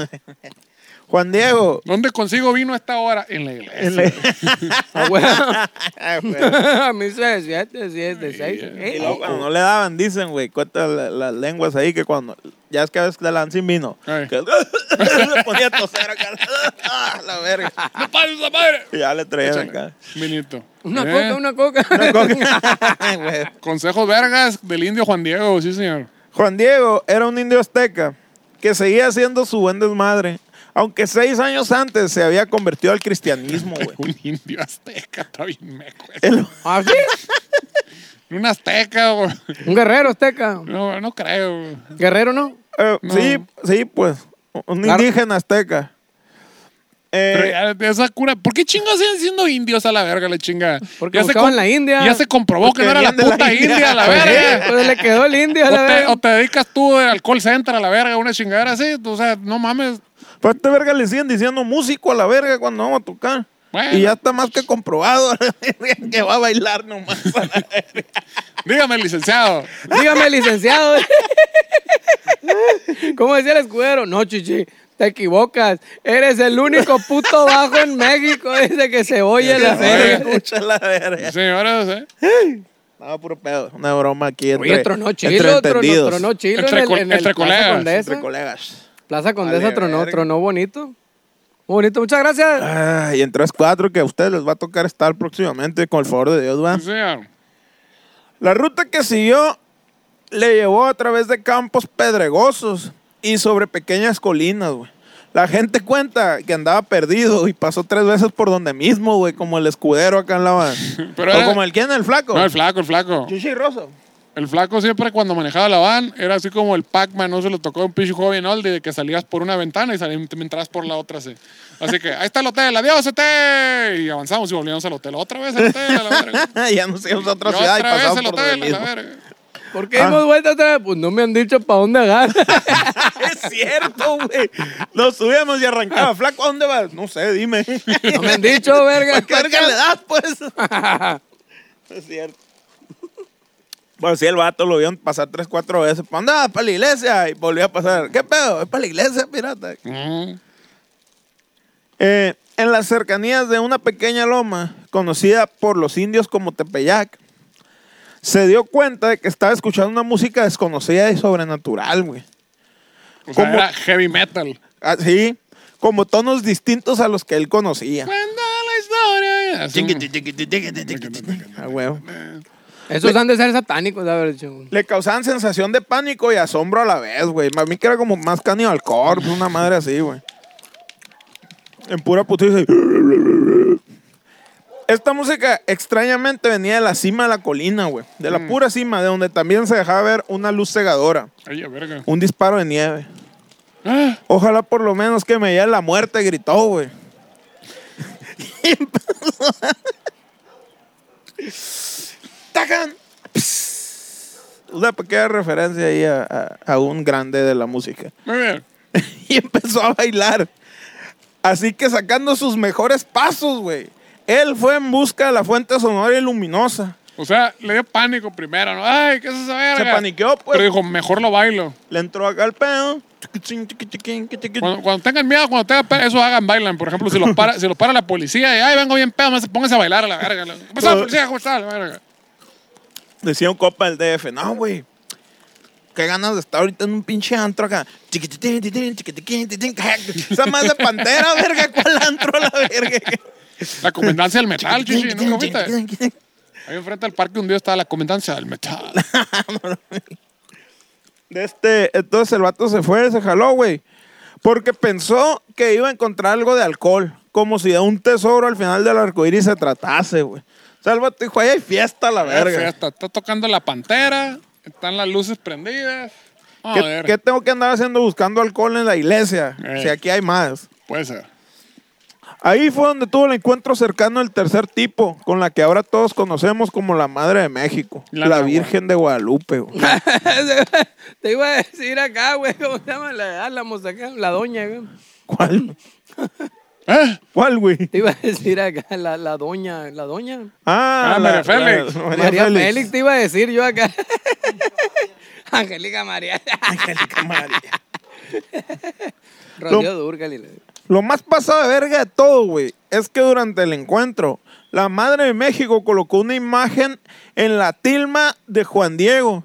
Speaker 3: Juan Diego.
Speaker 1: ¿Dónde consigo vino a esta hora? En la iglesia.
Speaker 3: en la-
Speaker 2: Ah, güey.
Speaker 3: Ah, güey.
Speaker 2: A mí se de siete, siete, seis.
Speaker 1: ya.
Speaker 2: Ey,
Speaker 3: Y luego cuando no le daban, dicen, güey, cuenta la- las lenguas ahí que cuando. Ya es que a veces le dan sin vino.
Speaker 1: Ey.
Speaker 3: Que le ponía a toser acá. Ah, la verga.
Speaker 1: ¡No pares la madre!
Speaker 3: Y ya le traían acá.
Speaker 1: Vinito.
Speaker 2: Una
Speaker 1: Eh,
Speaker 2: coca, una coca.
Speaker 3: Una coca. Ay, güey.
Speaker 1: Consejos vergas del indio Juan Diego, sí, señor.
Speaker 3: Juan Diego era un indio azteca que seguía haciendo su buen desmadre. Aunque seis años antes se había convertido al cristianismo, güey.
Speaker 1: Un indio azteca, está bien meco. eh.
Speaker 3: El-
Speaker 2: ¿Ah, sí?
Speaker 1: Un azteca, güey.
Speaker 2: Un guerrero azteca.
Speaker 1: No, no creo. güey.
Speaker 2: Guerrero, ¿no?
Speaker 3: eh,
Speaker 1: No.
Speaker 3: Sí, sí, pues. Un
Speaker 2: Claro.
Speaker 3: indígena azteca. Eh,
Speaker 1: Pero ya, esa cura, ¿por qué chingados siguen siendo indios a la verga, la chinga?
Speaker 2: Porque buscaban
Speaker 1: con-
Speaker 2: la India.
Speaker 1: Ya se comprobó
Speaker 3: Porque
Speaker 1: que no era la
Speaker 3: venían de la
Speaker 1: puta
Speaker 3: India.
Speaker 1: India a la
Speaker 2: Pues sí,
Speaker 1: verga.
Speaker 2: pues le quedó el indio a
Speaker 1: O
Speaker 2: la
Speaker 1: te, o
Speaker 2: verga.
Speaker 1: te dedicas tú de alcohol center a la verga, una chingadera así. O sea, no mames.
Speaker 3: Pues a este verga le siguen diciendo músico a la verga cuando vamos a tocar.
Speaker 1: Bueno.
Speaker 3: Y ya está más que comprobado a la verga, que va a bailar nomás. a la verga.
Speaker 1: Dígame, licenciado.
Speaker 2: Dígame, licenciado. ¿Cómo decía el escudero? No, chichi, te equivocas. Eres el único puto bajo en México. Dice que se oye
Speaker 1: se
Speaker 2: la
Speaker 1: oye.
Speaker 2: verga.
Speaker 3: Escucha la verga.
Speaker 1: Señores, ¿eh?
Speaker 3: No, puro pedo. Una broma aquí entre,
Speaker 2: Oye, tronó
Speaker 3: entre
Speaker 2: chilo, tronó,
Speaker 3: entendidos.
Speaker 2: tronó chilo
Speaker 1: Entre
Speaker 2: en
Speaker 1: col-
Speaker 2: el, en el
Speaker 1: entre
Speaker 2: Plaza
Speaker 1: colegas,
Speaker 2: Condesa.
Speaker 3: Entre colegas.
Speaker 2: Plaza Condesa
Speaker 3: Vale,
Speaker 2: tronó,
Speaker 3: verga.
Speaker 2: tronó bonito. Muy bonito, muchas gracias.
Speaker 3: Ah, y en 3-4 que a ustedes les va a tocar estar próximamente, con el favor de Dios, va.
Speaker 1: Sí, señor.
Speaker 3: La ruta que siguió le llevó a través de campos pedregosos y sobre pequeñas colinas, güey. La gente cuenta que andaba perdido y pasó tres veces por donde mismo, güey, como el escudero acá en la van.
Speaker 1: Pero
Speaker 3: o
Speaker 1: era-
Speaker 3: como el quién, el flaco.
Speaker 1: No, el flaco, el flaco.
Speaker 3: Chichi Rosso.
Speaker 1: El flaco siempre cuando manejaba la van era así como el Pac-Man, no se lo tocó un pinche joven oldie de que salías por una ventana y salías, entrabas por la otra así. Así que, ahí está el hotel, adiós, hotel. Y avanzamos y volvíamos al hotel. Otra vez el hotel, a la verga.
Speaker 3: ya nos íbamos a otra
Speaker 1: Y
Speaker 3: ciudad y
Speaker 1: otra vez
Speaker 3: pasamos
Speaker 1: el
Speaker 3: por donde
Speaker 1: hotel, a la
Speaker 3: mismo.
Speaker 1: verga.
Speaker 2: ¿Por
Speaker 3: Ah.
Speaker 2: qué dimos vuelta otra vez? Pues no me han dicho para dónde agarrar.
Speaker 3: es cierto, güey. Nos subíamos y arrancaba. Flaco, ¿a dónde vas? No sé, dime. ¿Qué
Speaker 2: No me han dicho, verga.
Speaker 3: verga le das, pues? Es cierto. Bueno, sí, el vato lo vieron pasar tres, cuatro veces. ¿Para dónde vas? Para la iglesia. Y volvió a pasar. ¿Qué pedo? Es para la iglesia, pirata.
Speaker 1: Mm.
Speaker 3: Eh, en las cercanías de una pequeña loma, conocida por los indios como Tepeyac, se dio cuenta de que estaba escuchando una música desconocida y sobrenatural, güey.
Speaker 1: O sea,
Speaker 3: ¿Cómo?
Speaker 1: era heavy metal.
Speaker 3: Así, como tonos distintos a los que él conocía.
Speaker 1: Cuenta la historia. Así,
Speaker 3: Ah, huevo.
Speaker 2: Esos han de ser satánicos, la verdad, chingón.
Speaker 3: Le causaban sensación de pánico y asombro a la vez, güey. A mí que era como más Cannibal Corpse, pues, una madre así, güey. En pura putiza. y- Esta música extrañamente venía de la cima de la colina, güey. De la pura cima, de donde también se dejaba ver una luz cegadora,
Speaker 1: Oye, verga.
Speaker 3: un disparo de nieve.
Speaker 1: Ah,
Speaker 3: Ojalá por lo menos que me lleve la muerte, gritó, güey. Y empezó a- ¡Tacan! Pss. Una pequeña referencia ahí a, a- a un grande de la música.
Speaker 1: muy bien.
Speaker 3: Y empezó a bailar. Así que sacando sus mejores pasos, güey. Él fue en busca de la fuente sonora y luminosa.
Speaker 1: O sea, le dio pánico primero, ¿no? Ay, ¿qué es esa verga?
Speaker 3: Se paniqueó, pues.
Speaker 1: Pero dijo, mejor lo bailo.
Speaker 3: Le entró acá el pedo. Chiquitín, chiquitín, chiquitín.
Speaker 1: Cuando, cuando tengan miedo, cuando tengan pe- eso hagan, bailan. Por ejemplo, si los para, si los para la policía y, ay, vengo bien pedo, más, pónganse a bailar a la verga. ¿Qué pasó, policía? ¿Cómo está? La verga.
Speaker 3: Decía un copa del DF, no, güey. Qué ganas de estar ahorita en un pinche antro acá. Chiquititín, titín, chiquititín, titín, cajac. Esa más de pantera, verga, ¿cuál antro a la verga?
Speaker 1: La comandancia del metal, chichi,
Speaker 3: Chiquititín,
Speaker 1: ¿no? ¿Viste?
Speaker 3: chiquititín, chiquititín.
Speaker 1: Ahí enfrente del parque un día estaba la comandancia del metal.
Speaker 3: De este, entonces el vato se fue, se jaló, güey. Porque pensó que iba a encontrar algo de alcohol. Como si de un tesoro al final del arcoíris se tratase, güey. O sea, el vato dijo, ahí hay fiesta a la verga.
Speaker 1: Verga. Está, está tocando la pantera, están las luces prendidas. A
Speaker 3: ¿Qué,
Speaker 1: ver,
Speaker 3: qué tengo que andar haciendo buscando alcohol en la iglesia?
Speaker 1: Eh.
Speaker 3: Si aquí hay más.
Speaker 1: puede ser.
Speaker 3: Ahí fue donde tuvo el encuentro cercano del tercer tipo, con la que ahora todos conocemos como la Madre de México,
Speaker 1: La
Speaker 3: la,
Speaker 1: de Guadalupe.
Speaker 3: Virgen de Guadalupe. güey.
Speaker 2: Te iba a decir acá, güey, ¿cómo se llama? La Álamos acá, la doña, güey.
Speaker 3: ¿Cuál?
Speaker 1: ¿Eh?
Speaker 3: ¿Cuál, güey?
Speaker 2: Te iba a decir acá, la, la doña, la doña.
Speaker 3: Ah,
Speaker 1: Ah, María Félix.
Speaker 2: María, Félix. te iba a decir yo acá. Angélica María.
Speaker 3: Angélica María.
Speaker 2: Rocío Durcal y la-
Speaker 3: Lo más pasado de verga de todo, güey, es que durante el encuentro, la Madre de México colocó una imagen en la tilma de Juan Diego.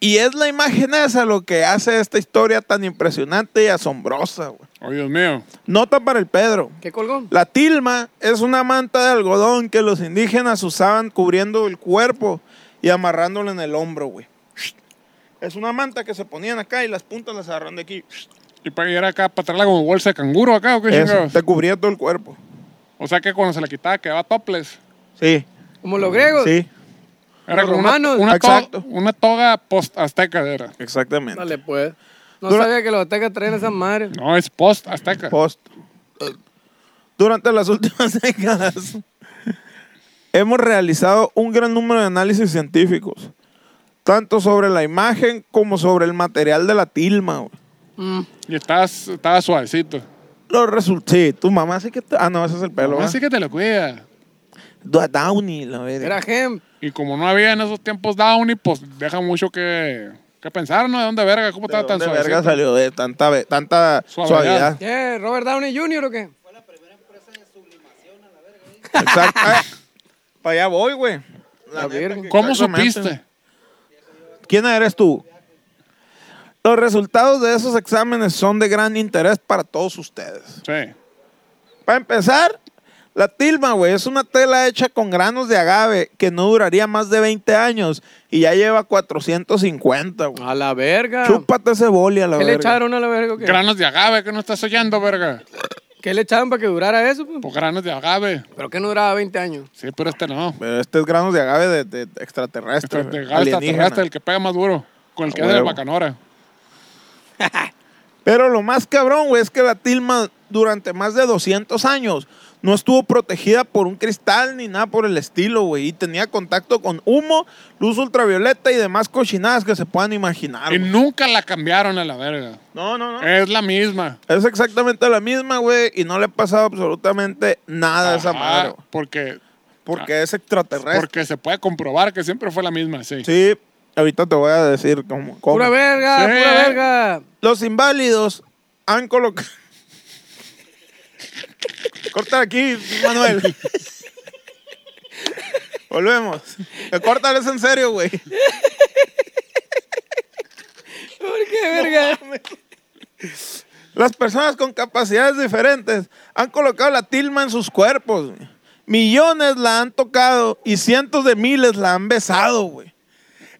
Speaker 3: Y es la imagen esa lo que hace esta historia tan impresionante y asombrosa, güey.
Speaker 1: Oh, Dios mío.
Speaker 3: Nota para el Pedro.
Speaker 2: ¿Qué colgó?
Speaker 3: La tilma es una manta de algodón que los indígenas usaban cubriendo el cuerpo y amarrándolo en el hombro, güey. Es una manta que se ponían acá y las puntas las agarran de aquí.
Speaker 1: Y para ir acá, para traerla como bolsa de canguro acá, ¿o qué
Speaker 3: Eso,
Speaker 1: chingados?
Speaker 3: te cubría todo el cuerpo.
Speaker 1: O sea que cuando se la quitaba quedaba topless.
Speaker 3: Sí,
Speaker 2: Como los griegos.
Speaker 3: sí,
Speaker 1: Era
Speaker 2: Los
Speaker 1: como una,
Speaker 2: romanos.
Speaker 1: una, to-
Speaker 3: Exacto.
Speaker 1: una toga post-azteca era.
Speaker 3: exactamente.
Speaker 2: Dale, pues. No
Speaker 3: Dura-
Speaker 2: sabía que los aztecas traían esas madres.
Speaker 1: No, es post-azteca.
Speaker 3: Post. Durante las últimas décadas hemos realizado un gran número de análisis científicos, tanto sobre la imagen como sobre el material de la tilma. güey.
Speaker 2: Mm.
Speaker 1: Y estaba, estaba suavecito.
Speaker 3: Los resultados. Sí, tu mamá sí que. te- Ah, no, ese es el pelo.
Speaker 1: Así que te lo cuida.
Speaker 3: ¿verdad? Downy, la verga.
Speaker 2: Era gem.
Speaker 1: Y como no había en esos tiempos Downy, pues deja mucho que, que pensar, ¿no? ¿De dónde verga? ¿Cómo
Speaker 3: ¿De
Speaker 1: estaba tan
Speaker 3: dónde verga
Speaker 1: suavecito?
Speaker 3: salió de tanta, ve- tanta
Speaker 1: Suavidad.
Speaker 3: suavidad?
Speaker 2: ¿Qué? ¿Robert Downey Jr. o qué?
Speaker 3: Exacto. Para allá voy, güey. La
Speaker 2: La
Speaker 3: neta
Speaker 2: verga.
Speaker 3: que-
Speaker 1: ¿Cómo
Speaker 3: Exactamente.
Speaker 1: supiste?
Speaker 3: ¿Quién eres tú? Los resultados de esos exámenes son de gran interés para todos ustedes.
Speaker 1: Sí.
Speaker 3: Para empezar, la tilma, güey, es una tela hecha con granos de agave que no duraría más de 20 años y ya lleva 450, güey.
Speaker 2: A la verga.
Speaker 3: Chúpate ese boli a la
Speaker 2: ¿Qué le
Speaker 3: verga.
Speaker 2: echaron a la verga? o qué?
Speaker 1: Granos de agave, que no estás oyendo, verga.
Speaker 2: ¿Qué le echaron para que durara eso? pues?
Speaker 1: Pues granos de agave.
Speaker 2: ¿Pero qué no duraba 20 años?
Speaker 1: Sí, pero este no.
Speaker 3: Pero este es granos de agave de, de- de extraterrestre,
Speaker 1: Este
Speaker 3: güey,
Speaker 1: de gasta, te
Speaker 3: alienígena.
Speaker 1: gasta, el que pega más duro. Con el que
Speaker 3: A
Speaker 1: hace la
Speaker 3: huevo.
Speaker 1: bacanora.
Speaker 3: Pero lo más cabrón, güey, es que la tilma durante más de 200 años no estuvo protegida por un cristal ni nada por el estilo, güey. Y tenía contacto con humo, luz ultravioleta y demás cochinadas que se puedan imaginar.
Speaker 1: Y
Speaker 3: güey.
Speaker 1: nunca la cambiaron a la verga.
Speaker 3: No, no, no.
Speaker 1: Es la misma.
Speaker 3: Es exactamente la misma, güey, y no le ha pasado absolutamente nada a Ah, esa
Speaker 1: Ajá,
Speaker 3: madre, güey,
Speaker 1: Porque,
Speaker 3: porque es extraterrestre.
Speaker 1: porque se puede comprobar que siempre fue la misma, sí.
Speaker 3: Sí, ahorita te voy a decir cómo. cómo.
Speaker 2: ¡Pura verga!
Speaker 1: Sí.
Speaker 2: ¡Pura verga!
Speaker 3: Los inválidos han colocado. Corta aquí, Manuel. Volvemos. Corta, es en serio, güey.
Speaker 2: ¿Por qué verga?
Speaker 3: Las personas con capacidades diferentes han colocado la tilma en sus cuerpos. güey. Millones la han tocado y cientos de miles la han besado, güey.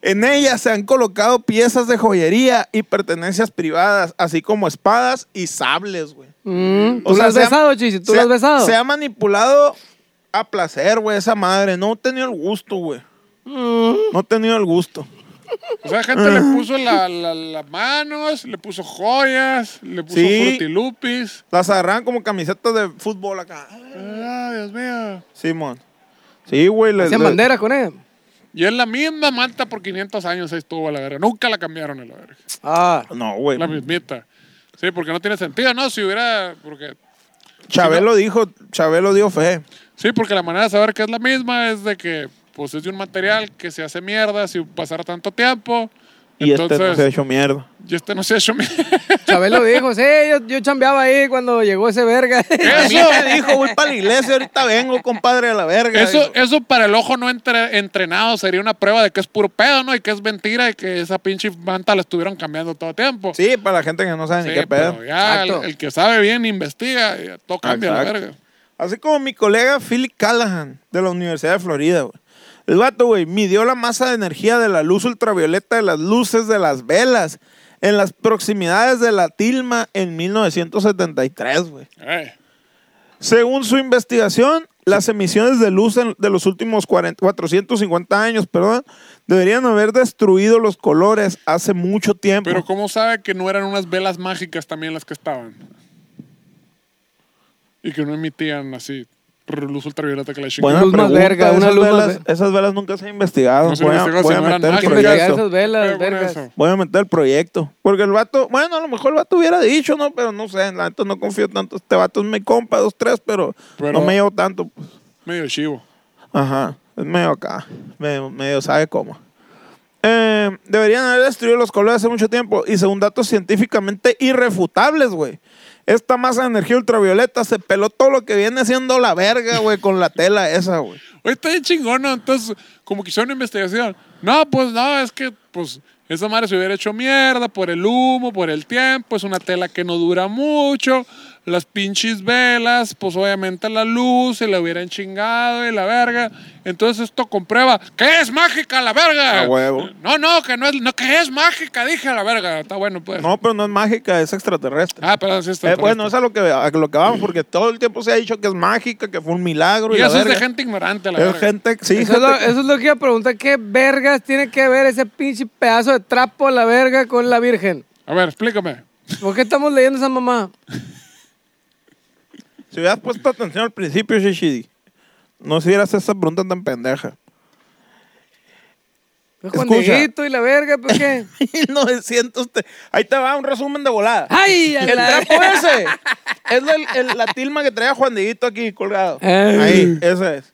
Speaker 3: En ella se han colocado piezas de joyería y pertenencias privadas, así como espadas y sables, güey.
Speaker 2: Mm, ¿Tú
Speaker 3: O sea,
Speaker 2: la has
Speaker 3: se ha-
Speaker 2: besado, Chisi? ¿Tú
Speaker 3: se
Speaker 2: la
Speaker 3: ha-
Speaker 2: has besado?
Speaker 3: Se ha manipulado a placer, güey, esa madre. No he tenido el gusto, güey.
Speaker 2: Mm.
Speaker 3: No he tenido el gusto.
Speaker 1: O sea, gente
Speaker 3: Ah.
Speaker 1: le puso la- la- las manos, le puso joyas, le puso
Speaker 3: Sí.
Speaker 1: frutilupis.
Speaker 3: Las agarran como camisetas de fútbol acá.
Speaker 1: Ah, Dios mío.
Speaker 3: Simón. Sí, güey. les-
Speaker 2: Hacían
Speaker 3: les-
Speaker 2: banderas con ella.
Speaker 1: Y es la misma manta por 500 años, ahí estuvo a la verga. Nunca la cambiaron a la verga.
Speaker 2: Ah,
Speaker 3: No, güey.
Speaker 1: La mismita. Sí, porque no tiene sentido, ¿no? Si hubiera. Porque,
Speaker 3: Chabelo dijo, Chabelo dio fe.
Speaker 1: sí, porque la manera de saber que es la misma es de que pues es de un material que se hace mierda si pasara tanto tiempo.
Speaker 3: Y este no
Speaker 1: Entonces,
Speaker 3: se ha hecho mierda.
Speaker 1: y este no se ha hecho mierda.
Speaker 2: Chabelo dijo, sí, yo, yo chambeaba ahí cuando llegó ese verga.
Speaker 3: A mí
Speaker 1: Eso.
Speaker 3: me dijo, voy para la iglesia, ahorita vengo, compadre, a la verga.
Speaker 1: Eso,
Speaker 3: dijo.
Speaker 1: eso para el ojo no entre- entrenado sería una prueba de que es puro pedo, ¿no? Y que es mentira y que esa pinche manta la estuvieron cambiando todo el tiempo.
Speaker 3: Sí, para la gente que no sabe
Speaker 1: Sí,
Speaker 3: ni qué pedo.
Speaker 1: pero ya el,
Speaker 2: Exacto.
Speaker 1: el que sabe bien investiga y todo cambia la
Speaker 3: Exacto.
Speaker 1: verga.
Speaker 3: Así como mi colega Phil Callahan de la Universidad de Florida, güey. El vato, güey, midió la masa de energía de la luz ultravioleta de las luces de las velas en las proximidades de la tilma en 1973, güey.
Speaker 1: Eh,
Speaker 3: Según su investigación, las emisiones de luz en- de los últimos 40 450 años, perdón, deberían haber destruido los colores hace mucho tiempo.
Speaker 1: Pero ¿cómo sabe que no eran unas velas mágicas también las que estaban? Y que no emitían así luz ultravioleta que la chingan.
Speaker 3: Buena
Speaker 2: Luz más
Speaker 3: pregunta,
Speaker 2: verga, una
Speaker 3: esas,
Speaker 2: luz más
Speaker 3: velas,
Speaker 2: ver-
Speaker 3: esas velas nunca se han investigado.
Speaker 1: No se
Speaker 3: voy a,
Speaker 1: investigó si
Speaker 3: voy a
Speaker 1: no eran
Speaker 3: meter el
Speaker 1: mágicas.
Speaker 2: Investigar
Speaker 3: proyecto.
Speaker 2: esas
Speaker 1: Pero
Speaker 2: velas,
Speaker 1: bueno,
Speaker 2: vergas.
Speaker 1: eso.
Speaker 3: Voy a meter el proyecto. Porque el vato, bueno, a lo mejor el vato hubiera dicho, ¿no? Pero no sé, la neta no confío tanto. Este vato es mi compa, dos, tres, pero,
Speaker 1: Pero-
Speaker 3: no me llevo tanto. Pues.
Speaker 1: Medio chivo.
Speaker 3: Ajá, es medio acá, medio, medio sabe cómo. Eh, deberían haber destruido los colores hace mucho tiempo y según datos científicamente irrefutables, güey. Esta masa de energía ultravioleta se peló todo lo que viene siendo la verga, güey, con la tela esa, güey.
Speaker 1: Oye, está bien chingón, ¿no? Entonces, como que hicieron una investigación. No, pues no, es que, pues, esa madre se hubiera hecho mierda por el humo, por el tiempo. Es una tela que no dura mucho. las pinches velas, pues obviamente la luz, se la hubieran chingado y la verga. Entonces esto comprueba que es mágica la verga.
Speaker 3: A huevo.
Speaker 1: No, no, que no es, no, que es mágica, dije la verga. Está bueno, pues.
Speaker 3: No, pero no es mágica, es extraterrestre.
Speaker 1: Ah, perdón, sí está.
Speaker 3: Eh, bueno, es a lo, que, a lo que vamos, porque todo el tiempo se ha dicho que es mágica, que fue un milagro.
Speaker 1: y
Speaker 3: Y, la
Speaker 1: eso es de
Speaker 3: verga.
Speaker 1: gente ignorante, la
Speaker 3: Es
Speaker 1: verga.
Speaker 3: gente, sí,
Speaker 2: Eso es,
Speaker 3: gente-
Speaker 2: lo, eso es lo que iba a preguntar. ¿Qué vergas tiene que ver ese pinche pedazo de trapo a la verga con la virgen?
Speaker 1: A ver, explícame.
Speaker 2: ¿Por qué estamos leyendo esa mamá?
Speaker 3: Si hubieras puesto atención al principio, Shishidi, no se hubieras esa pregunta tan pendeja.
Speaker 2: Es Pues
Speaker 3: Escucha.
Speaker 2: Juan Dieguito y la verga, ¿por qué?
Speaker 3: 1900. te- Ahí te va un resumen de volada.
Speaker 2: ¡Ay! a
Speaker 3: El
Speaker 2: la-
Speaker 3: trapo ese es la, el- la tilma que traía Juan Dieguito aquí colgado.
Speaker 2: Ey.
Speaker 3: Ahí, esa es.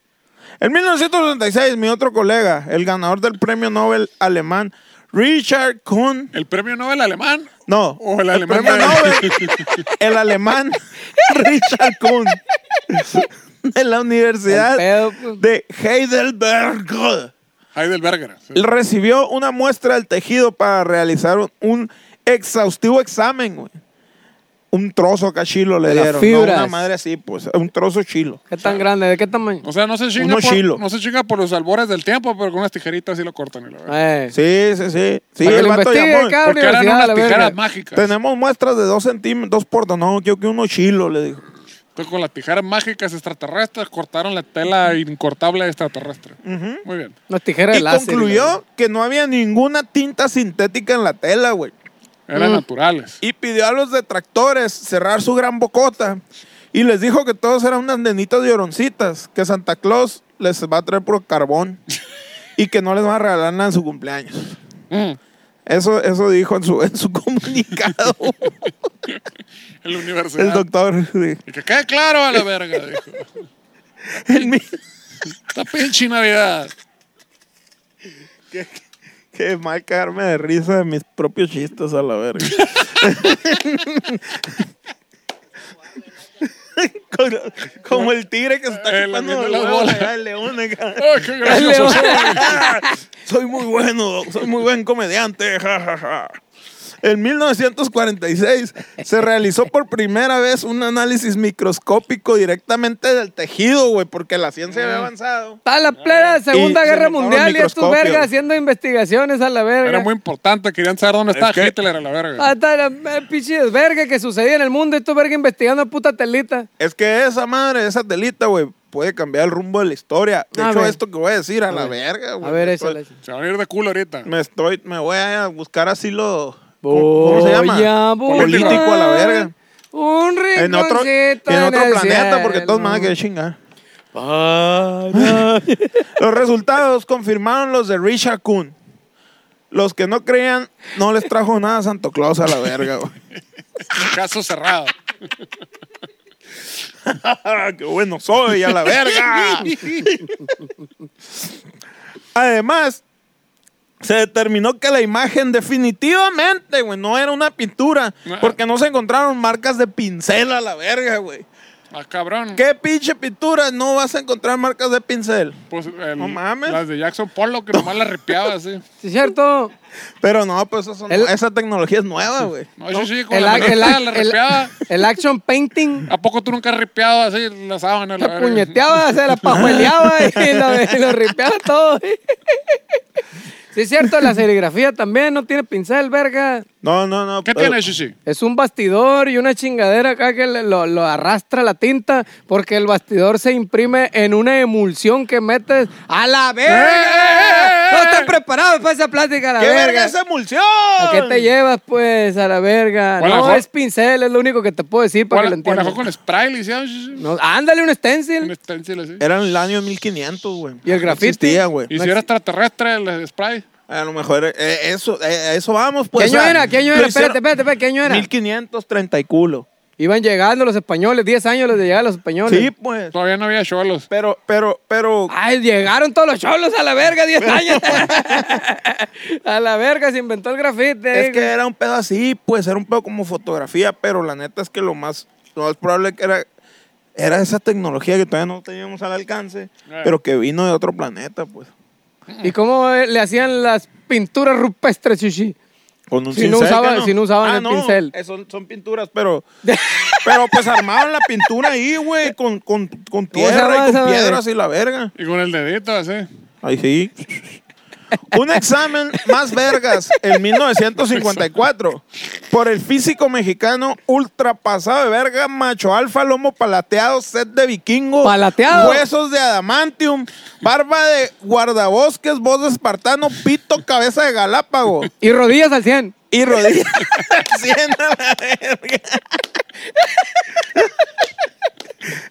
Speaker 3: En 1966, mi otro colega, el ganador del premio Nobel alemán, Richard Kuhn.
Speaker 1: ¿El premio Nobel alemán?
Speaker 3: No,
Speaker 1: O el alemán
Speaker 3: premio
Speaker 1: de-
Speaker 3: Nobel, el alemán Richard Kuhn. De la Universidad
Speaker 2: El pedo, pues.
Speaker 3: de Heidelberg.
Speaker 1: Heidelberger. sí.
Speaker 3: Él recibió una muestra del tejido para realizar un, un exhaustivo examen, güey. Un trozo acá chilo le
Speaker 2: De las
Speaker 3: dieron. ¿no?
Speaker 2: fibras.
Speaker 3: una madre así, pues, un trozo chilo.
Speaker 2: ¿Qué tan grande? ¿De qué tamaño?
Speaker 1: O sea, no se chinga,
Speaker 3: Uno chilo.
Speaker 1: por, no se chinga por los albores del tiempo, pero con unas tijeritas sí lo cortan. Y la verga.
Speaker 2: Eh.
Speaker 3: Sí, sí, sí. Sí,
Speaker 2: Para que
Speaker 3: el
Speaker 2: lo
Speaker 3: vato
Speaker 2: investigue,
Speaker 3: llamó.
Speaker 2: cabrón.
Speaker 1: Porque eran
Speaker 2: universidad,
Speaker 1: unas
Speaker 2: la
Speaker 1: tijeras
Speaker 2: verga.
Speaker 1: mágicas.
Speaker 3: Tenemos muestras de dos centímetros, dos por dos. No, quiero que uno chilo, le dijo.
Speaker 1: Entonces, con las tijeras mágicas extraterrestres cortaron la tela incortable extraterrestre. Muy bien.
Speaker 2: Unas tijeras de
Speaker 3: y
Speaker 2: láser.
Speaker 3: concluyó que no había ninguna tinta sintética en la tela, güey.
Speaker 1: Eran naturales.
Speaker 3: Y pidió a los detractores cerrar su gran bocota. Y les dijo que todos eran unas nenitas lloroncitas, que Santa Claus les va a traer puro carbón y que no les va a regalar nada en su cumpleaños.
Speaker 1: Mm.
Speaker 3: Eso, eso dijo en su, en su comunicado
Speaker 1: En la universidad.
Speaker 3: el doctor. sí.
Speaker 1: Y que quede claro a la verga, dijo.
Speaker 3: En mi-
Speaker 1: Esta pinche Navidad.
Speaker 3: Qué mal cagarme de risa de mis propios chistes a la verga. como, como el tigre que se está
Speaker 1: Eh,
Speaker 3: chupando
Speaker 1: lamiendo
Speaker 3: los
Speaker 1: las
Speaker 3: huevos
Speaker 1: bolas.
Speaker 3: acá, el león
Speaker 1: Ay,
Speaker 3: acá.
Speaker 1: qué
Speaker 2: Ahí le
Speaker 1: gracioso.
Speaker 2: va.
Speaker 3: Soy muy bueno, soy muy buen comediante, ja, ja, ja. En 1946 se realizó por primera vez un análisis microscópico directamente del tejido, güey, porque la ciencia había avanzado.
Speaker 2: Está la plena de Segunda
Speaker 3: Y se
Speaker 2: Guerra
Speaker 3: metieron
Speaker 2: Mundial y estos
Speaker 3: microscopios.
Speaker 2: vergas haciendo investigaciones a la verga.
Speaker 1: Era muy importante, querían saber dónde estaba
Speaker 3: que-
Speaker 1: Hitler a la
Speaker 3: Ah.
Speaker 1: verga.
Speaker 2: Hasta la eh, pinche desverga que sucedía en el mundo y estos vergas investigando puta telita.
Speaker 3: Es que esa madre, esa telita, güey, puede cambiar el rumbo de la historia. De
Speaker 2: A
Speaker 3: hecho,
Speaker 2: ver.
Speaker 3: esto que voy a decir, a, la verga, güey.
Speaker 2: A ver,
Speaker 3: Me
Speaker 2: eso.
Speaker 3: estoy-
Speaker 1: Se van a ir de culo ahorita.
Speaker 3: Me estoy, me voy a buscar asilo.
Speaker 2: Voy
Speaker 3: ¿Cómo se llama?
Speaker 2: a
Speaker 3: Político a la
Speaker 2: buscar
Speaker 3: verga.
Speaker 2: Un rinconcito
Speaker 3: En otro, en
Speaker 2: en
Speaker 3: otro
Speaker 2: el
Speaker 3: planeta, porque todos
Speaker 2: cielo.
Speaker 3: me van a querer chingar. Los resultados confirmaron los de Richard Kuhn. Los que no creían, no les trajo nada Santo Claus a la verga, güey.
Speaker 1: Caso cerrado.
Speaker 3: ¡Qué bueno soy, a la verga! Además, se determinó que la imagen definitivamente, güey, no era una pintura. Porque no se encontraron marcas de pincel a la verga, güey.
Speaker 1: Ah, cabrón.
Speaker 3: ¿Qué pinche pintura no vas a encontrar marcas de pincel?
Speaker 1: Pues, el-
Speaker 3: No mames.
Speaker 1: Las de Jackson Pollock que nomás las ripeaba así.
Speaker 2: Sí, es cierto.
Speaker 3: Pero no, pues eso son-
Speaker 2: El-
Speaker 3: esa tecnología es nueva, güey.
Speaker 1: No, sí, sí, con
Speaker 2: El,
Speaker 1: la
Speaker 2: ac- el,
Speaker 1: manita
Speaker 2: ac-
Speaker 1: la
Speaker 2: el-
Speaker 1: ripeaba.
Speaker 2: el action painting.
Speaker 1: ¿A poco tú nunca has ripeado así la sábana? La
Speaker 2: La
Speaker 1: verga?
Speaker 2: puñeteaba, se la pajueleaba y lo, y lo ripeaba todo. Sí, es cierto, la serigrafía también no tiene pincel, verga.
Speaker 3: No, no, no.
Speaker 1: ¿Qué
Speaker 3: pero-
Speaker 1: tiene, Shishi?
Speaker 2: Es un bastidor y una chingadera acá que le- lo, lo arrastra la tinta porque el bastidor se imprime en una emulsión que metes a la verga.
Speaker 1: ¡Eh!
Speaker 2: No estás preparado para esa plática, a la
Speaker 3: ¿Qué verga
Speaker 2: verga.
Speaker 3: es emulsión?
Speaker 2: ¿A qué te llevas, pues, a la verga?
Speaker 1: O a lo
Speaker 2: No,
Speaker 1: mejor-
Speaker 2: es pincel, es lo único que te puedo decir para
Speaker 1: Bueno,
Speaker 2: que lo
Speaker 1: a lo mejor
Speaker 2: entiendas.
Speaker 1: con spray le hicieron Shishi.
Speaker 2: No, ándale un
Speaker 1: Un
Speaker 2: stencil.
Speaker 1: stencil así.
Speaker 3: Era en el año 1500, güey.
Speaker 2: ¿Y el
Speaker 3: No
Speaker 2: grafiti?
Speaker 3: existía, güey.
Speaker 1: Y si era extraterrestre el spray.
Speaker 3: A lo mejor eh, eso, eh, a eso vamos, pues.
Speaker 2: ¿Qué
Speaker 3: o
Speaker 2: año
Speaker 3: sea,
Speaker 2: era? ¿Qué año
Speaker 3: lo
Speaker 2: era?
Speaker 3: hicieron
Speaker 2: Espérate, espérate, espérate, ¿qué año era?
Speaker 3: 1530 y culo.
Speaker 2: Iban llegando los españoles, 10 años les llegaban los españoles.
Speaker 3: Sí, pues.
Speaker 1: Todavía no había cholos.
Speaker 3: Pero, pero, pero.
Speaker 2: Ay, llegaron todos los cholos a la verga, 10 años. a la verga, se inventó el grafite.
Speaker 3: Es que era un pedo así, pues era un pedo como fotografía, pero la neta es que lo más, lo más probable que era, era esa tecnología que todavía no teníamos al alcance,
Speaker 2: Eh.
Speaker 1: Claro.
Speaker 3: pero que vino de otro planeta, pues.
Speaker 2: ¿Y cómo eh, le hacían las pinturas rupestres, Chuchi?
Speaker 3: Con un
Speaker 2: Si no
Speaker 3: cincel.
Speaker 2: usaba-
Speaker 3: ¿qué
Speaker 2: si no usaban
Speaker 3: Ah,
Speaker 2: el pincel.
Speaker 3: eh, Son, son pinturas, pero. pero pues armaban la pintura ahí, güey, con, con, con
Speaker 2: ¿Cómo se
Speaker 3: tierra
Speaker 2: llama
Speaker 3: y con
Speaker 2: esa madre?
Speaker 3: piedras y la verga.
Speaker 1: Y con el dedito así.
Speaker 3: Ahí sí. Un examen más vergas en 1954 por el físico mexicano ultrapasado de verga, macho alfa, lomo palateado, set de vikingo,
Speaker 2: ¿Palateado?
Speaker 3: huesos de adamantium, barba de guardabosques, voz de espartano, pito, cabeza de galápago
Speaker 2: Y rodillas al 100.
Speaker 3: y rodillas. Siendo la verga.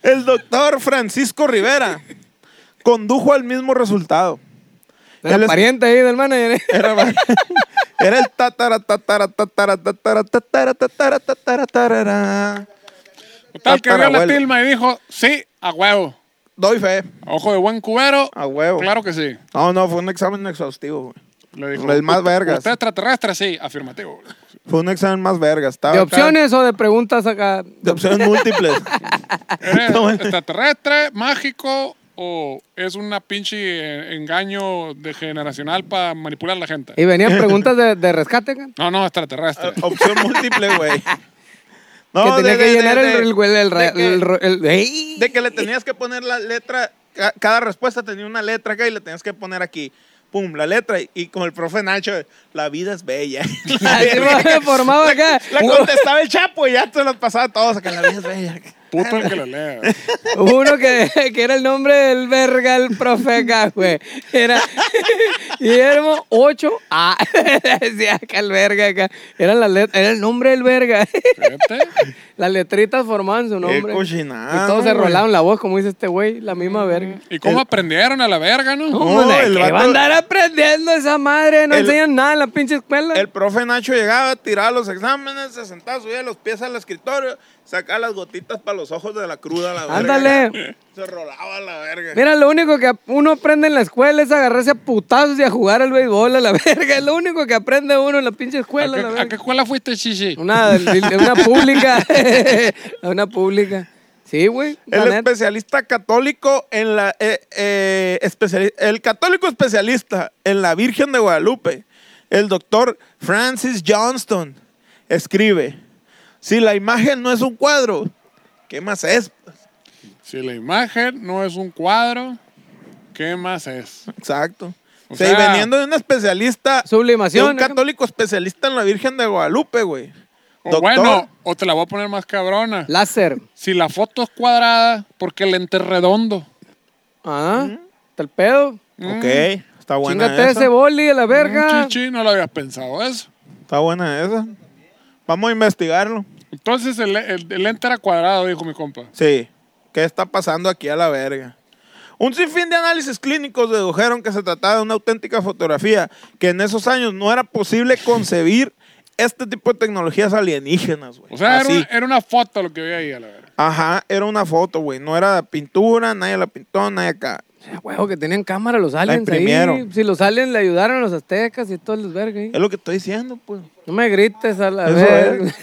Speaker 3: El doctor Francisco Rivera condujo al mismo resultado.
Speaker 2: Era
Speaker 3: Él es-
Speaker 2: pariente ahí del manager. ¿eh?
Speaker 3: Era, era el tatara, tatara, tatara, tatara, tatara, tatara, tatara, tarara.
Speaker 1: Tal que vio la
Speaker 3: Tatarabuelo.
Speaker 1: tilma y dijo, sí, a huevo.
Speaker 3: Doy fe.
Speaker 1: A Ojo de buen cubero.
Speaker 3: A huevo.
Speaker 1: Claro que sí.
Speaker 3: No, no, fue un examen exhaustivo. güey.
Speaker 1: Le dijo.
Speaker 3: El más vergas.
Speaker 1: ¿Usted extraterrestre? Sí, afirmativo.
Speaker 3: Fue un examen más vergas. Estaba-
Speaker 2: ¿De
Speaker 3: estaba-
Speaker 2: opciones o de preguntas acá?
Speaker 3: De opciones múltiples.
Speaker 1: ¿Eres
Speaker 3: Está bueno.
Speaker 1: extraterrestre, mágico o es una pinche eh, engaño de generacional para manipular a la gente?
Speaker 2: Y venían preguntas de, de rescate. acá.
Speaker 1: No, no, extraterrestre.
Speaker 3: Opción múltiple, güey.
Speaker 2: que tenía
Speaker 3: de-
Speaker 2: que
Speaker 3: de-
Speaker 2: llenar
Speaker 3: de-
Speaker 2: el, el, el, el-
Speaker 3: de que-
Speaker 2: el- el- ¡Ey!
Speaker 3: De que le tenías que poner la letra, ca- cada respuesta tenía una letra acá y le tenías que poner aquí. Pum, la letra. Y, y con el profe Nacho, la vida es bella.
Speaker 2: Así va, formado acá.
Speaker 3: La contestaba el Chapo y ya te las pasaba a todos acá, la vida es bella.
Speaker 1: Puto el que lo lea.
Speaker 2: Uno que, que era el nombre del verga, el profe acá, güey. Era Guillermo 8A. Decía acá el verga acá. Era, la let- era el nombre del verga.
Speaker 1: Fíjate.
Speaker 2: Las letritas formaban su nombre.
Speaker 3: cochinada,
Speaker 2: Y todos se
Speaker 3: güey.
Speaker 2: rolaban la voz, como dice este güey, la misma verga.
Speaker 1: ¿Y cómo aprendieron a la verga, no?
Speaker 2: ¿Cómo de
Speaker 3: el
Speaker 2: que
Speaker 3: vato-
Speaker 2: va a andar aprendiendo esa madre? No
Speaker 3: El-
Speaker 2: enseñan nada en la pinche escuela.
Speaker 3: El profe Nacho llegaba, tiraba los exámenes, se sentaba, subía los pies al escritorio, sacaba las gotitas para los ojos de la cruda, la verga.
Speaker 2: Ándale.
Speaker 3: Se rolaba la verga.
Speaker 2: Mira, lo único que uno aprende en la escuela es agarrarse a putazos y a jugar al béisbol a la verga. Es lo único que aprende uno en la pinche escuela, la
Speaker 1: ¿A qué, a
Speaker 2: verga.
Speaker 1: qué escuela fuiste, Chichi?
Speaker 2: Una, una pública. una pública. Sí, güey. la
Speaker 3: El
Speaker 2: neta.
Speaker 3: especialista católico en la eh, eh, especiali- el católico especialista en la Virgen de Guadalupe, el doctor Francis Johnston, escribe: Si la imagen no es un cuadro, ¿qué más es?
Speaker 1: Si la imagen no es un cuadro, ¿qué más es?
Speaker 3: Exacto.
Speaker 1: O
Speaker 3: O sea, y
Speaker 1: sea,
Speaker 3: veniendo de un especialista,
Speaker 2: Sublimación,
Speaker 3: de un
Speaker 2: acá.
Speaker 3: católico especialista en la Virgen de Guadalupe, güey.
Speaker 1: O
Speaker 3: Doctor,
Speaker 1: bueno, o te la voy a poner más cabrona.
Speaker 2: Láser.
Speaker 1: Si la foto es cuadrada, porque el lente es redondo.
Speaker 2: Ah, está el pedo.
Speaker 3: Ok,
Speaker 1: Mm.
Speaker 3: está buena
Speaker 2: Chingate
Speaker 3: esa. Mm,
Speaker 2: ese boli a la verga.
Speaker 1: Chichi, no lo habías pensado eso.
Speaker 3: Está buena esa. Vamos a investigarlo.
Speaker 1: Entonces el, el- el lente era cuadrado, dijo mi compa.
Speaker 3: Sí. ¿Qué está pasando aquí a la verga? Un sinfín de análisis clínicos dedujeron que se trataba de una auténtica fotografía, que en esos años no era posible concebir este tipo de tecnologías alienígenas, güey.
Speaker 1: O sea, era eh,
Speaker 3: Así.
Speaker 1: una, era una foto lo que veía ahí, a la verdad.
Speaker 3: Ajá, era una foto, güey. No era pintura, nadie la pintó, nadie acá.
Speaker 2: Ah, Huevo, que tenían cámara los aliens ahí.
Speaker 3: imprimieron.
Speaker 2: Si los aliens le ayudaron a los aztecas y todos los verga ahí.
Speaker 3: Es lo que estoy diciendo, pues.
Speaker 2: No me grites a la
Speaker 3: Eso
Speaker 2: verga.
Speaker 3: es.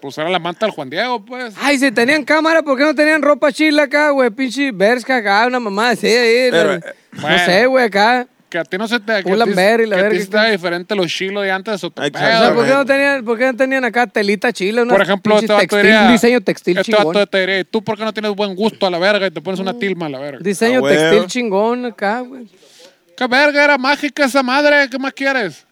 Speaker 1: Pues era la manta del Juan Diego, pues.
Speaker 2: Ay, si tenían cámara, ¿por qué no tenían ropa chila acá, güey? Pinche Berska acá, una mamá así ahí.
Speaker 3: Pero,
Speaker 2: la-
Speaker 3: eh,
Speaker 2: No
Speaker 1: bueno.
Speaker 2: sé, güey, acá.
Speaker 1: Que a ti no se te... Que a ti,
Speaker 2: Pull&Bear y Pues la
Speaker 1: que a ti
Speaker 2: verga,
Speaker 1: se te da diferente los chilos de antes de su
Speaker 3: Exacto.
Speaker 2: O sea, ¿por qué,
Speaker 3: güey.
Speaker 2: no tenían, por qué no tenían acá telita chila? unas
Speaker 1: Por ejemplo,
Speaker 2: pinches
Speaker 1: este vato
Speaker 2: textil,
Speaker 1: diría...
Speaker 2: Un diseño textil
Speaker 1: este
Speaker 2: chingón. Mm.
Speaker 1: vato te diría, "¿Y tú por qué no tienes buen gusto a la verga y te pones una tilma a la verga?
Speaker 2: Diseño
Speaker 3: Ah, güey.
Speaker 2: textil chingón acá, güey.
Speaker 1: ¿Qué verga? Era mágica esa madre. ¿Qué más quieres?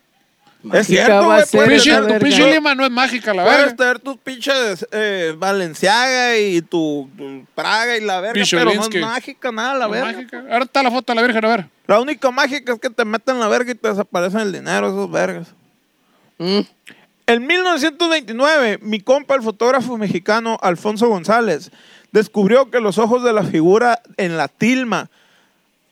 Speaker 3: Es
Speaker 2: va
Speaker 3: cierto,
Speaker 2: a
Speaker 3: güey.
Speaker 2: ser
Speaker 3: puedes
Speaker 1: Pinche-
Speaker 2: la
Speaker 1: tu
Speaker 2: verga.
Speaker 3: tener-
Speaker 1: pinche lima no es mágica, la
Speaker 3: Puedes
Speaker 1: verga.
Speaker 3: tener tus pinches eh, Valenciaga y tu, tu Praga y la verga, pero no
Speaker 1: Picholinsky.
Speaker 3: es mágica nada, la
Speaker 1: No es
Speaker 3: verga.
Speaker 1: mágica. Ahora está la foto de la Virgen, a ver.
Speaker 3: La única mágica es que te meten la verga y te desaparecen el dinero, esos vergas.
Speaker 2: Mm.
Speaker 3: En 1929, mi compa, el fotógrafo mexicano Alfonso González, descubrió que los ojos de la figura en la tilma,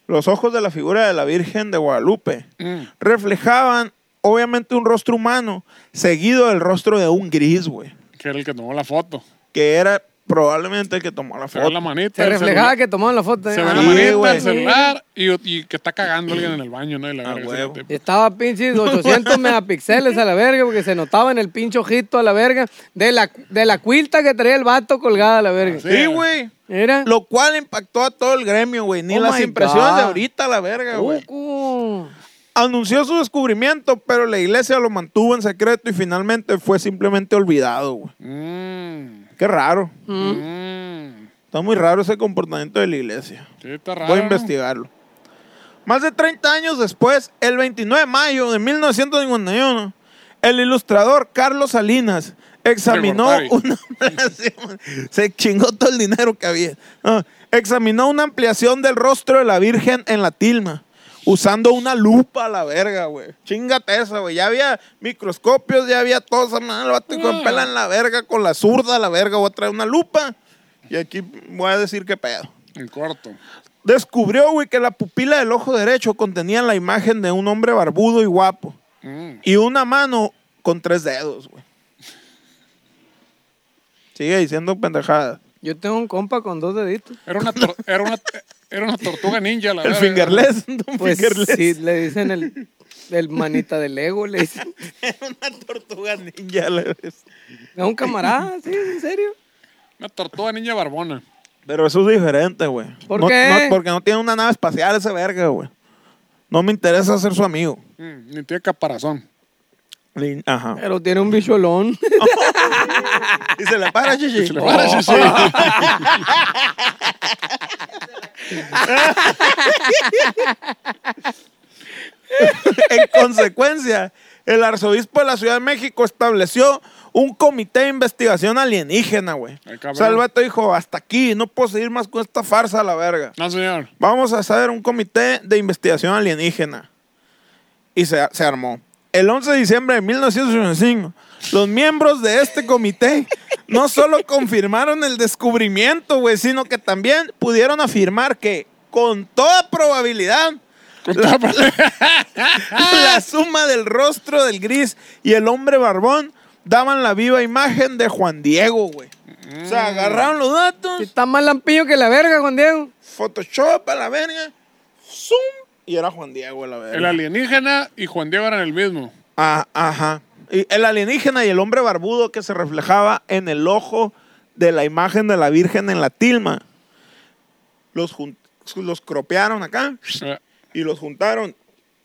Speaker 3: los ojos de la figura de la Virgen de Guadalupe,
Speaker 1: Mm.
Speaker 3: reflejaban obviamente un rostro humano seguido del rostro de un gris, güey,
Speaker 1: Que era el que tomó la foto.
Speaker 3: que era probablemente el que tomó la
Speaker 1: Se ve
Speaker 3: foto.
Speaker 1: la manita.
Speaker 2: Se
Speaker 1: el
Speaker 2: reflejaba
Speaker 1: celular.
Speaker 2: que tomaban la foto.
Speaker 1: Se
Speaker 2: eh.
Speaker 1: ve
Speaker 2: Ah,
Speaker 1: la manita,
Speaker 3: güey.
Speaker 1: el celular y, y que está cagando alguien en el baño, ¿no? Y la
Speaker 3: Ah,
Speaker 1: verga,
Speaker 3: huevo.
Speaker 1: fíjate.
Speaker 2: Y estaba pinches 800 megapíxeles a la verga, porque se notaba en el pinche ojito a la verga de la, de la cuilta que traía el vato colgada a la verga.
Speaker 1: Así.
Speaker 3: Sí, güey.
Speaker 2: Era.
Speaker 3: Lo cual impactó a todo el gremio, güey. Ni
Speaker 2: Oh
Speaker 3: las
Speaker 2: my
Speaker 3: impresiones de
Speaker 2: God.
Speaker 3: ahorita, la verga, güey.
Speaker 2: Cucu.
Speaker 3: anunció su descubrimiento, pero la iglesia lo mantuvo en secreto y finalmente fue simplemente olvidado, güey.
Speaker 1: Mmm.
Speaker 3: Qué raro.
Speaker 2: Mm,
Speaker 1: Mmm.
Speaker 3: Está muy raro ese comportamiento de la iglesia.
Speaker 1: Sí, está raro.
Speaker 3: mm. Voy a
Speaker 1: ¿no?
Speaker 3: investigarlo. Más de 30 años después, el 29 de mayo de 1951, el ilustrador Carlos Salinas examinó
Speaker 1: Gortari.
Speaker 3: una ampliación. Se chingó todo el dinero que había. Ah, Examinó una ampliación del rostro de la Virgen en la tilma. Usando una lupa a la verga, güey. Chingate esa, güey. Ya había microscopios, ya había todo esa madre. Lo vato con
Speaker 1: Ah.
Speaker 3: pela en la verga, con la zurda a la verga. Voy a traer una lupa. Y aquí voy a decir qué pedo
Speaker 1: En corto.
Speaker 3: descubrió, güey, que la pupila del ojo derecho contenía la imagen de un hombre barbudo y guapo.
Speaker 1: Mm.
Speaker 3: Y una mano con tres dedos, güey. Sigue diciendo pendejada.
Speaker 2: Yo tengo un compa con dos deditos.
Speaker 1: Era una, tor- era una, era una tortuga ninja, la
Speaker 3: El
Speaker 1: verga.
Speaker 3: fingerless, un
Speaker 2: Pues
Speaker 3: fingerless.
Speaker 2: sí, le dicen el, el manita del ego, le dicen.
Speaker 3: Una tortuga ninja, la vez.
Speaker 2: Es un camarada, sí, en serio.
Speaker 1: Una tortuga ninja barbona.
Speaker 3: Pero eso es diferente, güey.
Speaker 2: ¿Por
Speaker 3: No-
Speaker 2: qué?
Speaker 3: no- porque no tiene una nave espacial ese verga, güey. No me interesa ser su amigo.
Speaker 1: Mm, Ni tiene caparazón.
Speaker 3: Ni- Ajá.
Speaker 2: Pero tiene un bicholón.
Speaker 3: Y se le para, chichi.
Speaker 1: Se le para, sí, sí.
Speaker 3: En consecuencia, el arzobispo de la Ciudad de México estableció un comité de investigación alienígena, güey.
Speaker 1: Ay,
Speaker 3: O
Speaker 1: cabrón.
Speaker 3: sea, el vato dijo, hasta aquí, no puedo seguir más con esta farsa a la verga.
Speaker 1: No, señor.
Speaker 3: Vamos a hacer un comité de investigación alienígena. Y se, se armó. El 11 de diciembre de 1985, los miembros de este comité no solo confirmaron el descubrimiento, güey, sino que también pudieron afirmar que, con toda probabilidad,
Speaker 1: Contaba para-
Speaker 3: la suma del rostro del gris y el hombre barbón daban la viva imagen de Juan Diego, güey. O sea, agarraron los datos,
Speaker 2: Está más lampiño que la verga, Juan Diego.
Speaker 3: Photoshop a la verga, zoom, y era Juan Diego a la
Speaker 1: El
Speaker 3: verga.
Speaker 1: alienígena y Juan Diego eran el mismo.
Speaker 3: Ah, ajá. Y el alienígena y el hombre barbudo que se reflejaba en el ojo de la imagen de la Virgen en la tilma. Los, jun- los cropearon acá
Speaker 1: Eh,
Speaker 3: y los juntaron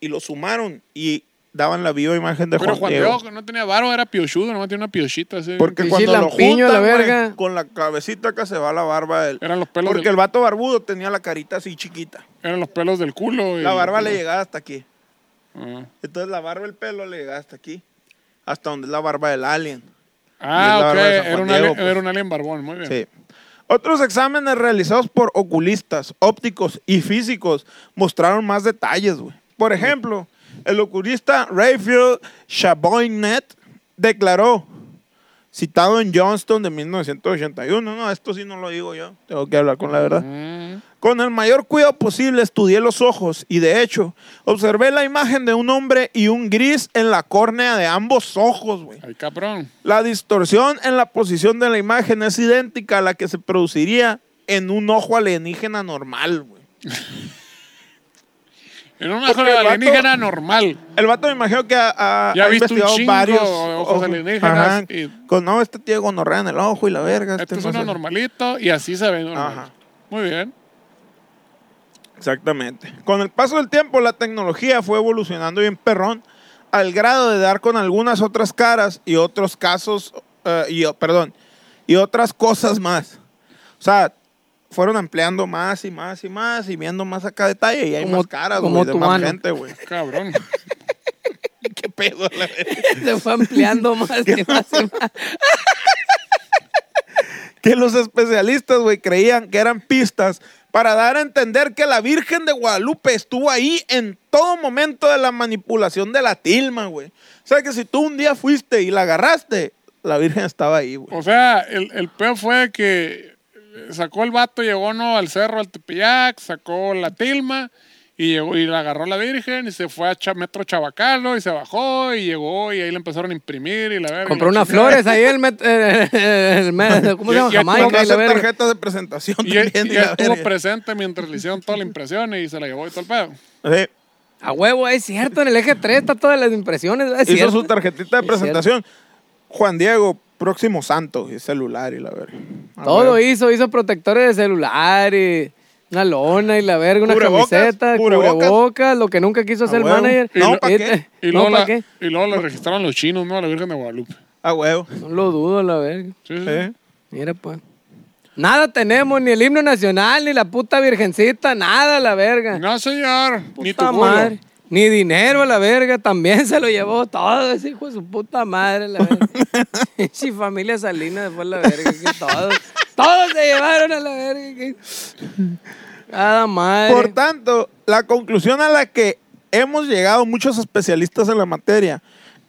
Speaker 3: y los sumaron y daban la viva imagen de
Speaker 1: Pero
Speaker 3: Juan, Diego.
Speaker 1: no tenía varo, era piochudo, nomás tenía una piochita así.
Speaker 3: Porque
Speaker 2: Pinche
Speaker 3: cuando lo
Speaker 2: lampiño a
Speaker 3: juntan,
Speaker 2: la
Speaker 3: güey,
Speaker 2: verga.
Speaker 3: con la cabecita acá se va la barba del...
Speaker 1: Eran los pelos
Speaker 3: Porque
Speaker 1: del-
Speaker 3: el vato barbudo tenía la carita así chiquita.
Speaker 1: Eran los pelos del culo. y-
Speaker 3: La barba le llegaba hasta aquí.
Speaker 1: Ah.
Speaker 3: Entonces la barba, el pelo le llegaba hasta aquí. Hasta donde es la barba del alien. Y es la
Speaker 1: Ah, ok.
Speaker 3: barba de San
Speaker 1: Era
Speaker 3: Juan
Speaker 1: un,
Speaker 3: Diego,
Speaker 1: alien,
Speaker 3: pues.
Speaker 1: era un alien barbón, muy bien.
Speaker 3: Sí. Otros exámenes realizados por oculistas, ópticos y físicos mostraron más detalles, güey. Por ejemplo, el oculista Rayfield Chaboynet declaró, citado en Johnston de 1981, no, esto sí no lo digo yo, tengo que hablar con la verdad.
Speaker 1: Mm.
Speaker 3: Con el mayor cuidado posible estudié los ojos y de hecho observé la imagen de un hombre y un gris en la córnea de ambos ojos, güey.
Speaker 1: Ay, cabrón.
Speaker 3: La distorsión en la posición de la imagen es idéntica a la que se produciría en un ojo alienígena normal, güey.
Speaker 1: Era un
Speaker 3: Porque
Speaker 1: ojo
Speaker 3: el vato-
Speaker 1: alienígena normal.
Speaker 3: El vato me imagino que ha, ha-
Speaker 1: Ya
Speaker 3: ha
Speaker 1: viste un
Speaker 3: investigado
Speaker 1: chingo
Speaker 3: varios
Speaker 1: de ojos alienígenas y-
Speaker 3: Con, no, este tío gonorrea en el ojo y la verga.
Speaker 1: Este
Speaker 3: este
Speaker 1: es
Speaker 3: no
Speaker 1: uno
Speaker 3: sé".
Speaker 1: normalito y así se ve normal.
Speaker 3: Ajá.
Speaker 1: Muy bien.
Speaker 3: Exactamente. Con el paso del tiempo, la tecnología fue evolucionando bien perrón, al grado de dar con algunas otras caras y otros casos, eh, y, o- perdón, y otras cosas más. O sea, fueron ampliando más y más y más y viendo más acá detalle y hay
Speaker 2: Como-
Speaker 3: más caras,
Speaker 2: como
Speaker 3: güey, de
Speaker 2: tu
Speaker 3: más
Speaker 2: mano.
Speaker 3: gente, güey.
Speaker 1: Cabrón.
Speaker 3: ¿Qué pedo? la verga?
Speaker 2: Se fue ampliando más y más y más.
Speaker 3: que los especialistas, güey, creían que eran pistas para dar a entender que la Virgen de Guadalupe estuvo ahí en todo momento de la manipulación de la tilma, güey. O sea, que si tú un día fuiste y la agarraste, la Virgen estaba ahí, güey.
Speaker 1: O sea, el, el peor fue que eh, sacó el vato, llegó no al cerro, al Tepeyac, sacó la tilma y llegó y la agarró la Virgen y se fue a Cha- Metro Chabacalo y se bajó y llegó y ahí le empezaron a imprimir y la verga.
Speaker 2: Compró
Speaker 1: y la
Speaker 2: unas
Speaker 1: chingada.
Speaker 2: flores ahí el, met- eh, el met- ¿Cómo se llama?
Speaker 1: Y- y-
Speaker 3: Vamos a
Speaker 2: Jamaica y la
Speaker 3: hacer
Speaker 2: verga.
Speaker 3: tarjetas de presentación
Speaker 1: Y él,
Speaker 3: también.
Speaker 1: y
Speaker 3: y
Speaker 1: él
Speaker 3: la
Speaker 1: estuvo
Speaker 3: verga.
Speaker 1: presente mientras le hicieron toda la impresión y se la llevó y todo el pedo.
Speaker 3: Sí.
Speaker 2: A huevo, es cierto, en el eje 3 está todas las impresiones, ¿verdad? es
Speaker 3: Hizo
Speaker 2: cierto.
Speaker 3: su tarjetita de
Speaker 2: Es cierto.
Speaker 3: presentación. Juan Diego, próximo santo, y celular y la verga. A
Speaker 2: Todo
Speaker 3: ver.
Speaker 2: hizo, hizo protectores de celular y Una lona y la verga, una
Speaker 3: Cubrebocas,
Speaker 2: camiseta,
Speaker 3: cubrebocas.
Speaker 2: cubrebocas, lo que nunca quiso hacer el
Speaker 3: huevo.
Speaker 2: manager.
Speaker 3: No,
Speaker 2: Y-
Speaker 3: ¿pa' qué?
Speaker 1: Y
Speaker 2: no,
Speaker 1: luego,
Speaker 2: ¿pa'
Speaker 1: la,
Speaker 2: qué?
Speaker 1: y luego la registraron los chinos, ¿no? A la Virgen de Guadalupe.
Speaker 3: A huevo.
Speaker 2: No lo dudo, la verga.
Speaker 1: Sí, sí.
Speaker 3: Sí.
Speaker 2: Mira, pues. Nada tenemos, ni el himno nacional, ni la puta virgencita, nada, la verga.
Speaker 1: No, señor. ni tu
Speaker 2: Puta
Speaker 1: culo.
Speaker 2: madre. Ni dinero a la verga, también se lo llevó todo ese hijo de su puta madre, la verga. si familia Salinas después la verga, que todos, todos se llevaron a la verga. que- Cada madre.
Speaker 3: Por tanto, la conclusión a la que hemos llegado muchos especialistas en la materia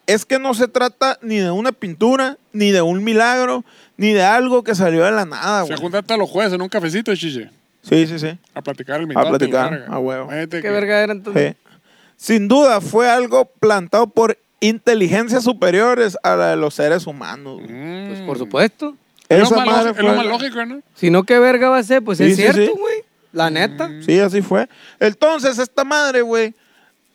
Speaker 3: es que no se trata ni de una pintura, ni de un milagro, ni de algo que salió de la nada,
Speaker 1: Se
Speaker 3: güey.
Speaker 1: juntaste a los jueces en un cafecito, chiche.
Speaker 3: Sí, sí, sí.
Speaker 1: A platicar el
Speaker 3: A
Speaker 1: mitote.
Speaker 3: platicar,
Speaker 1: la verga.
Speaker 3: a huevo.
Speaker 1: Imagínate
Speaker 2: ¿Qué
Speaker 1: que-
Speaker 2: verga era entonces?
Speaker 3: Sí. Sin duda fue algo plantado por inteligencias superiores a la de los seres humanos. güey.
Speaker 1: Mm.
Speaker 2: Pues por supuesto.
Speaker 1: Es lo
Speaker 3: Esa
Speaker 1: más
Speaker 3: madre
Speaker 1: lógico- es lo
Speaker 3: fue-
Speaker 1: más lógico, ¿no?
Speaker 2: Si no, ¿qué verga va a ser? Pues
Speaker 3: Sí,
Speaker 2: es
Speaker 3: sí,
Speaker 2: cierto,
Speaker 3: sí. Mm.
Speaker 2: güey. La neta.
Speaker 3: Sí, así fue. Entonces, esta madre, güey,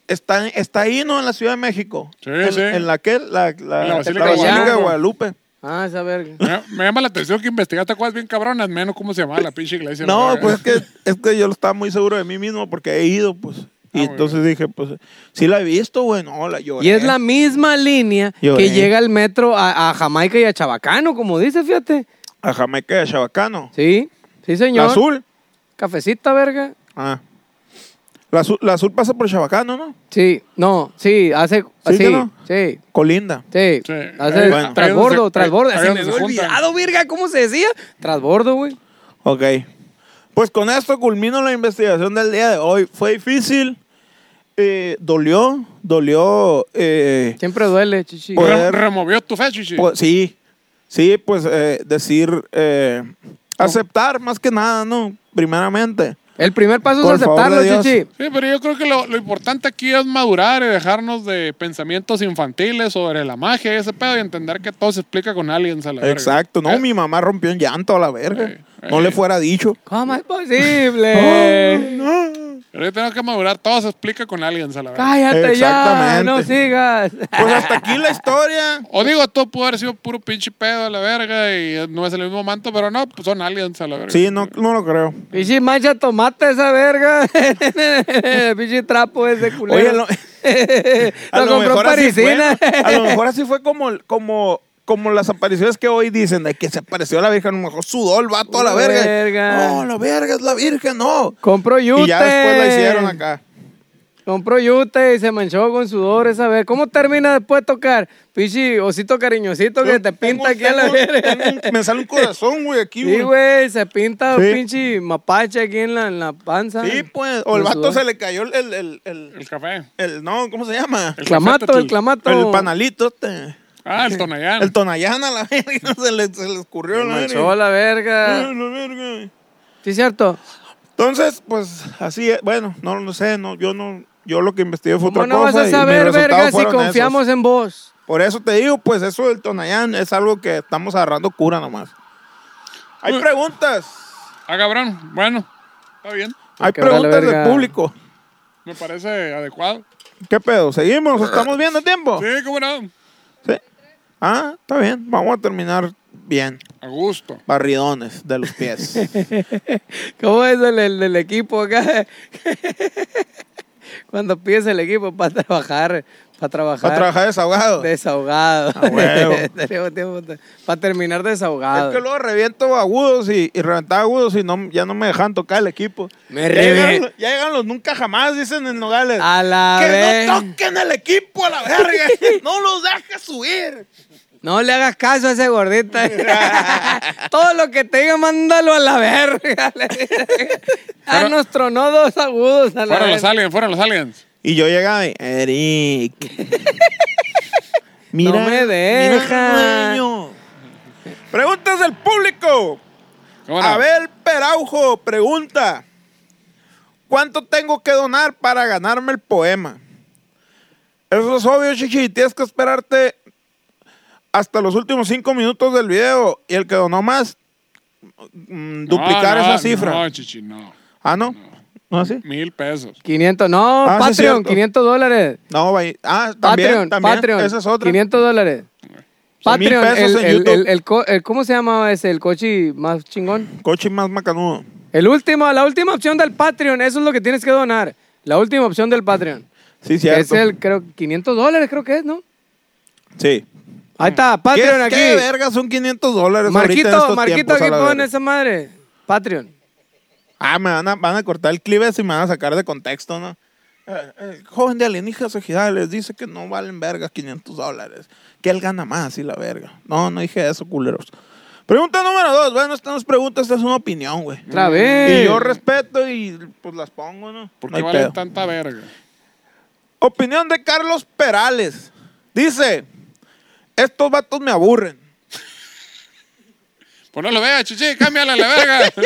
Speaker 3: está, está ahí, ¿no? En la Ciudad de México.
Speaker 1: Sí,
Speaker 3: en,
Speaker 1: sí.
Speaker 3: en la que, la, la-
Speaker 1: En la Basílica
Speaker 3: la
Speaker 2: de
Speaker 3: Basílica de
Speaker 1: Guadalupe.
Speaker 3: Guadalupe.
Speaker 2: Ah, esa verga.
Speaker 1: Me, me llama la atención que investigaste cosas bien cabronas, menos cómo se llamaba la pinche iglesia.
Speaker 3: No,
Speaker 1: la
Speaker 3: pues es
Speaker 1: verga.
Speaker 3: que, es que yo estaba muy seguro de mí mismo porque he ido, pues. Y
Speaker 1: Ah, muy
Speaker 3: entonces dije, pues, sí la he visto, güey, no, la lloré.
Speaker 2: Y es la misma línea
Speaker 3: Lloré.
Speaker 2: que llega el metro a, a Jamaica y a Chabacano, como dice, fíjate.
Speaker 3: A Jamaica de Chabacano.
Speaker 2: Sí, sí,
Speaker 3: La
Speaker 2: señor.
Speaker 3: azul.
Speaker 2: Cafecita, verga.
Speaker 3: Ah. La azul, la azul pasa por Chabacano, ¿no?
Speaker 2: Sí, no, sí, hace.
Speaker 3: ¿Sí
Speaker 2: Sí,
Speaker 3: que no?
Speaker 2: sí.
Speaker 3: Colinda.
Speaker 2: Sí,
Speaker 1: Sí,
Speaker 2: hace
Speaker 1: ahí- bueno. ahí donde
Speaker 2: transbordo,
Speaker 1: se-
Speaker 2: transbordo.
Speaker 1: ahí
Speaker 2: Se me
Speaker 1: donde
Speaker 2: había
Speaker 1: se juntan.
Speaker 2: olvidado, verga, ¿cómo se decía? Transbordo, güey.
Speaker 3: Ok. Pues con esto culmino la investigación del día de hoy. Fue difícil. eh, dolió. Dolió. eh,
Speaker 2: Siempre duele, chichi.
Speaker 3: Pues-
Speaker 1: Re- removió tu fe, chichi.
Speaker 3: pues, sí. Sí, pues eh, decir. eh, aceptar más que nada, ¿no? Primeramente.
Speaker 2: el primer paso es
Speaker 3: por favor
Speaker 2: aceptarlo,
Speaker 3: de Dios.
Speaker 2: chichi.
Speaker 1: Sí, pero yo creo que lo, lo importante aquí es madurar y dejarnos de pensamientos infantiles sobre la magia y ese pedo y entender que todo se explica con aliens a la verga.
Speaker 3: Exacto. No,
Speaker 1: Eh,
Speaker 3: mi mamá rompió un llanto a la verga.
Speaker 1: Eh, eh.
Speaker 3: No le fuera dicho.
Speaker 2: ¿Cómo es
Speaker 3: Oh,
Speaker 2: posible?
Speaker 1: Pero yo tengo que madurar, todo se explica con aliens a la verga.
Speaker 2: Cállate ya,
Speaker 3: Exactamente.
Speaker 2: no sigas.
Speaker 3: Pues hasta aquí la historia.
Speaker 1: O digo, todo pudo haber sido puro pinche pedo a la verga y no es el mismo manto, pero no, pues son aliens a la verga.
Speaker 3: Sí, no, no lo creo.
Speaker 2: Pichi mancha tomate esa verga. Pichi trapo ese culero.
Speaker 3: Oye, lo-
Speaker 2: lo, compró en Parisina.
Speaker 3: fue, a lo mejor así fue como, como, como las apariciones que hoy dicen de que se apareció la Virgen, a lo mejor sudó el vato a la
Speaker 2: La
Speaker 3: verga.
Speaker 2: verga.
Speaker 3: No, la verga es la Virgen, no.
Speaker 2: Compró yute.
Speaker 3: Y ya después la hicieron acá.
Speaker 2: Compró yute y se manchó con sudor esa verga. ¿Cómo termina después de tocar? Pichi, osito cariñosito que te
Speaker 3: Tengo-
Speaker 2: pinta aquí a la
Speaker 3: tengo-
Speaker 2: verga.
Speaker 3: tengo un- Me sale un corazón, güey, aquí,
Speaker 2: Sí,
Speaker 3: güey.
Speaker 2: güey, se pinta
Speaker 3: Sí.
Speaker 2: un pinche mapache aquí en la, en la panza.
Speaker 3: Sí, pues. O el vato
Speaker 2: sudor.
Speaker 3: se le cayó el, el, el, el-
Speaker 1: El café.
Speaker 3: el- no, ¿cómo se llama?
Speaker 2: El clamato, el clamato.
Speaker 3: El panalito este.
Speaker 1: Ah, el Tonayán.
Speaker 3: El tonallana, la verga. Se le, se le escurrió la
Speaker 2: Manchó
Speaker 3: verga.
Speaker 2: la verga.
Speaker 3: Ay, la verga.
Speaker 2: Sí, cierto.
Speaker 3: Entonces, pues así es. Bueno, no lo sé, no, yo no, yo lo que investigué fue
Speaker 2: ¿Cómo
Speaker 3: otra
Speaker 2: no
Speaker 3: cosa.
Speaker 2: vas a
Speaker 3: y mis
Speaker 2: saber,
Speaker 3: resultados
Speaker 2: verga, si
Speaker 3: fueron esos.
Speaker 2: confiamos en vos?
Speaker 3: Por eso te digo, pues eso del Tonayán es algo que estamos agarrando cura nomás.
Speaker 2: Mm.
Speaker 3: Hay preguntas.
Speaker 1: Ah, cabrón. Bueno, está bien.
Speaker 3: Hay
Speaker 2: Pues que vale
Speaker 3: preguntas del
Speaker 2: verga.
Speaker 3: público.
Speaker 1: Me parece adecuado.
Speaker 3: ¿Qué pedo? ¿Seguimos? ¿Estamos bien de tiempo?
Speaker 1: Sí, cómo no.
Speaker 3: Sí. Ah, está bien. Vamos a terminar bien.
Speaker 1: A gusto.
Speaker 3: Barridones de los pies.
Speaker 2: ¿Cómo es el, el- el equipo acá? Cuando pides el equipo para trabajar, para trabajar.
Speaker 3: Para trabajar desahogado.
Speaker 2: Desahogado.
Speaker 3: A huevo.
Speaker 2: Tenemos tiempo de- para terminar desahogado.
Speaker 3: Es que luego reviento agudos y, y reventaba agudos y no, ya no me dejan tocar el equipo.
Speaker 2: Me
Speaker 3: ya,
Speaker 2: reven-
Speaker 3: llegan, los- ya llegan los nunca jamás, dicen en Nogales.
Speaker 2: A la
Speaker 3: que
Speaker 2: vez.
Speaker 3: no toquen el equipo a la verga. no los dejes subir.
Speaker 2: No le hagas caso a ese gordito. Todo lo que te diga, mándalo a la verga. a nuestro no dos agudos a la
Speaker 1: Fueron los
Speaker 2: verga.
Speaker 1: aliens, fueron los aliens.
Speaker 3: Y yo llegaba y, Eric. mira,
Speaker 2: No me deja.
Speaker 3: mira, dueño. Preguntas del público.
Speaker 1: ¿Cómo no?
Speaker 3: Abel Peraujo pregunta: ¿Cuánto tengo que donar para ganarme el poema? Eso es obvio, Chichi. Tienes que esperarte hasta los últimos cinco minutos del video. Y el que donó más, mm,
Speaker 1: No,
Speaker 3: duplicar
Speaker 1: no,
Speaker 3: esa cifra.
Speaker 1: No, chichi, no.
Speaker 3: Ah, no. ¿No así?
Speaker 1: Mil pesos.
Speaker 2: 500, no,
Speaker 3: Ah, sí,
Speaker 2: Patreon,
Speaker 3: cierto.
Speaker 2: 500 dólares.
Speaker 3: No, va- Ah, también.
Speaker 2: Patreon,
Speaker 3: también.
Speaker 2: Patreon.
Speaker 3: Esa es otra.
Speaker 2: 500 dólares.
Speaker 3: Son mil
Speaker 2: Patreon,
Speaker 3: pesos
Speaker 2: el,
Speaker 3: en
Speaker 2: el,
Speaker 3: YouTube.
Speaker 2: el- el co- el- ¿cómo se llama ese? El coche más chingón.
Speaker 3: Coche más macanudo.
Speaker 2: El último, la última opción del Patreon, eso es lo que tienes que donar. La última opción del Patreon.
Speaker 3: Sí,
Speaker 2: Que
Speaker 3: cierto.
Speaker 2: es el, creo, 500 dólares, creo que es, ¿no?
Speaker 3: Sí.
Speaker 2: Ahí está,
Speaker 3: ¿Qué,
Speaker 2: Patreon aquí.
Speaker 3: qué verga son 500 dólares ahorita en
Speaker 2: Marquito,
Speaker 3: estos
Speaker 2: Marquito,
Speaker 3: tiempos, a
Speaker 2: aquí
Speaker 3: la
Speaker 2: pon
Speaker 3: verga?
Speaker 2: esa madre. Patreon.
Speaker 3: Ah, me van a, van a cortar el clive y me van a sacar de contexto, ¿no? Eh, eh, joven de alienígenas ejidales dice que no valen verga 500 dólares. Que él gana más y la verga. No, no dije eso, culeros. Pregunta número dos. Bueno, esta no es pregunta, esta es una opinión, güey.
Speaker 2: Otra vez.
Speaker 3: Y yo respeto y pues las pongo, ¿no?
Speaker 1: ¿Por
Speaker 3: No
Speaker 1: qué
Speaker 3: hay
Speaker 1: valen
Speaker 3: pedo.
Speaker 1: tanta verga?
Speaker 3: Opinión de Carlos Perales. Dice, estos vatos me aburren.
Speaker 1: Pues no lo veas, chichi, cámbiale a la verga.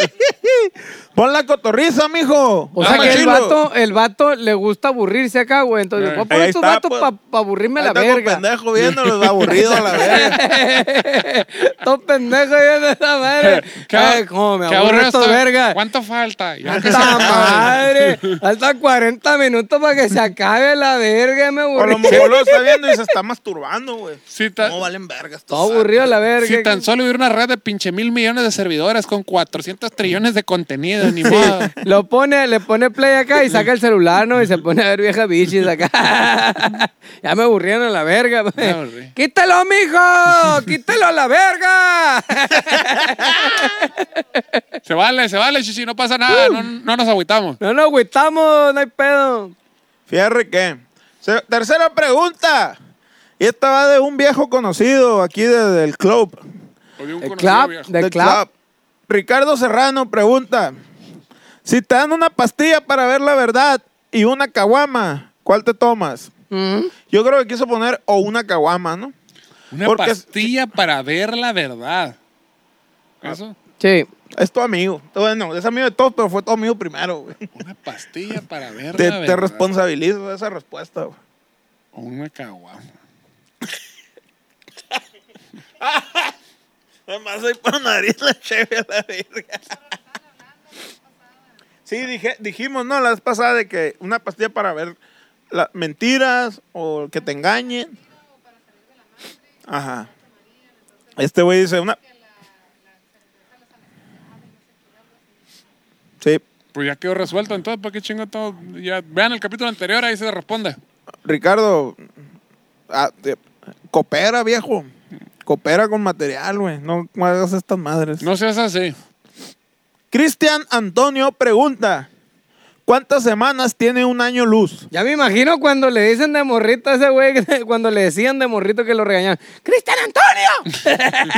Speaker 3: Pon la cotorriza, mijo.
Speaker 2: O sea
Speaker 1: Ah,
Speaker 2: que el
Speaker 3: Chilo.
Speaker 2: vato, el vato le gusta aburrirse acá, güey. Entonces,
Speaker 1: Eh,
Speaker 2: voy a poner
Speaker 3: ahí
Speaker 2: estos
Speaker 3: está,
Speaker 2: vatos
Speaker 3: pues.
Speaker 2: para aburrirme a
Speaker 3: Ahí
Speaker 2: la
Speaker 3: está como
Speaker 2: verga.
Speaker 3: pendejo viéndolos aburrido a la verga.
Speaker 2: Todo pendejo yo de esa madre. Ay, cómo me
Speaker 1: qué
Speaker 2: aburre estos
Speaker 1: estoy.
Speaker 2: verga.
Speaker 1: ¿Cuánto falta? Ya que se
Speaker 2: ¡Puta
Speaker 1: acabe.
Speaker 2: madre! Faltan 40 minutos para que se acabe la verga, me
Speaker 3: O a lo
Speaker 2: aburrí.
Speaker 3: mejor lo está viendo y se está masturbando, güey.
Speaker 1: Si ta-
Speaker 3: No valen verga estos
Speaker 2: Todo aburrido la verga.
Speaker 1: Si tan solo hubiera una red de pinche mil millones de servidores con 400 trillones de contenido, ni
Speaker 2: Sí,
Speaker 1: modo.
Speaker 2: Lo pone, le pone play acá y saca el celular, ¿no? Y se pone a ver vieja bichis acá. ya me aburrieron a la verga. pues.
Speaker 1: Me aburrí.
Speaker 2: ¡Quítalo, mijo! ¡Quítalo a la verga!
Speaker 1: Se vale, se vale, chichi, no pasa nada, no, no nos agüitamos.
Speaker 2: no nos agüitamos, no hay pedo.
Speaker 3: Fíjate que. Se- Tercera pregunta. Y esta va de un viejo conocido aquí de- del club.
Speaker 1: O de un
Speaker 2: El
Speaker 1: conocido
Speaker 2: Eh, clap
Speaker 1: viejo.
Speaker 2: de- Del club.
Speaker 3: Ricardo Serrano pregunta. Si te dan una pastilla para ver la verdad y una caguama, ¿cuál te tomas?
Speaker 2: Mm.
Speaker 3: Yo creo que quiso poner o una caguama, ¿no?
Speaker 1: Una
Speaker 3: porque-
Speaker 1: pastilla para ver la verdad. ¿Eso?
Speaker 2: Sí.
Speaker 3: Es tu amigo. Bueno, es amigo de todos, pero fue tu amigo primero, güey.
Speaker 1: Una pastilla para ver
Speaker 3: Te,
Speaker 1: la verdad.
Speaker 3: te responsabilizo de esa respuesta, güey.
Speaker 1: O Una caguama.
Speaker 3: Además, soy por nariz la cheve a la verga. Sí, dije, dijimos, ¿no? La vez pasada de que una pastilla para ver las mentiras o que te engañen. Ajá. Este güey dice una... Sí,
Speaker 1: Pues ya quedó resuelto, entonces, ¿para qué chingo todo? Ya, vean el capítulo anterior, ahí se responde.
Speaker 3: Ricardo, ah, te- coopera, viejo. Coopera con material, güey. No hagas estas madres.
Speaker 1: No seas así.
Speaker 3: Cristian Antonio pregunta: ¿Cuántas semanas tiene un año luz?
Speaker 2: Ya me imagino cuando le dicen de morrito a ese güey, que- cuando le decían de morrito que lo regañaban. ¡Cristian Antonio!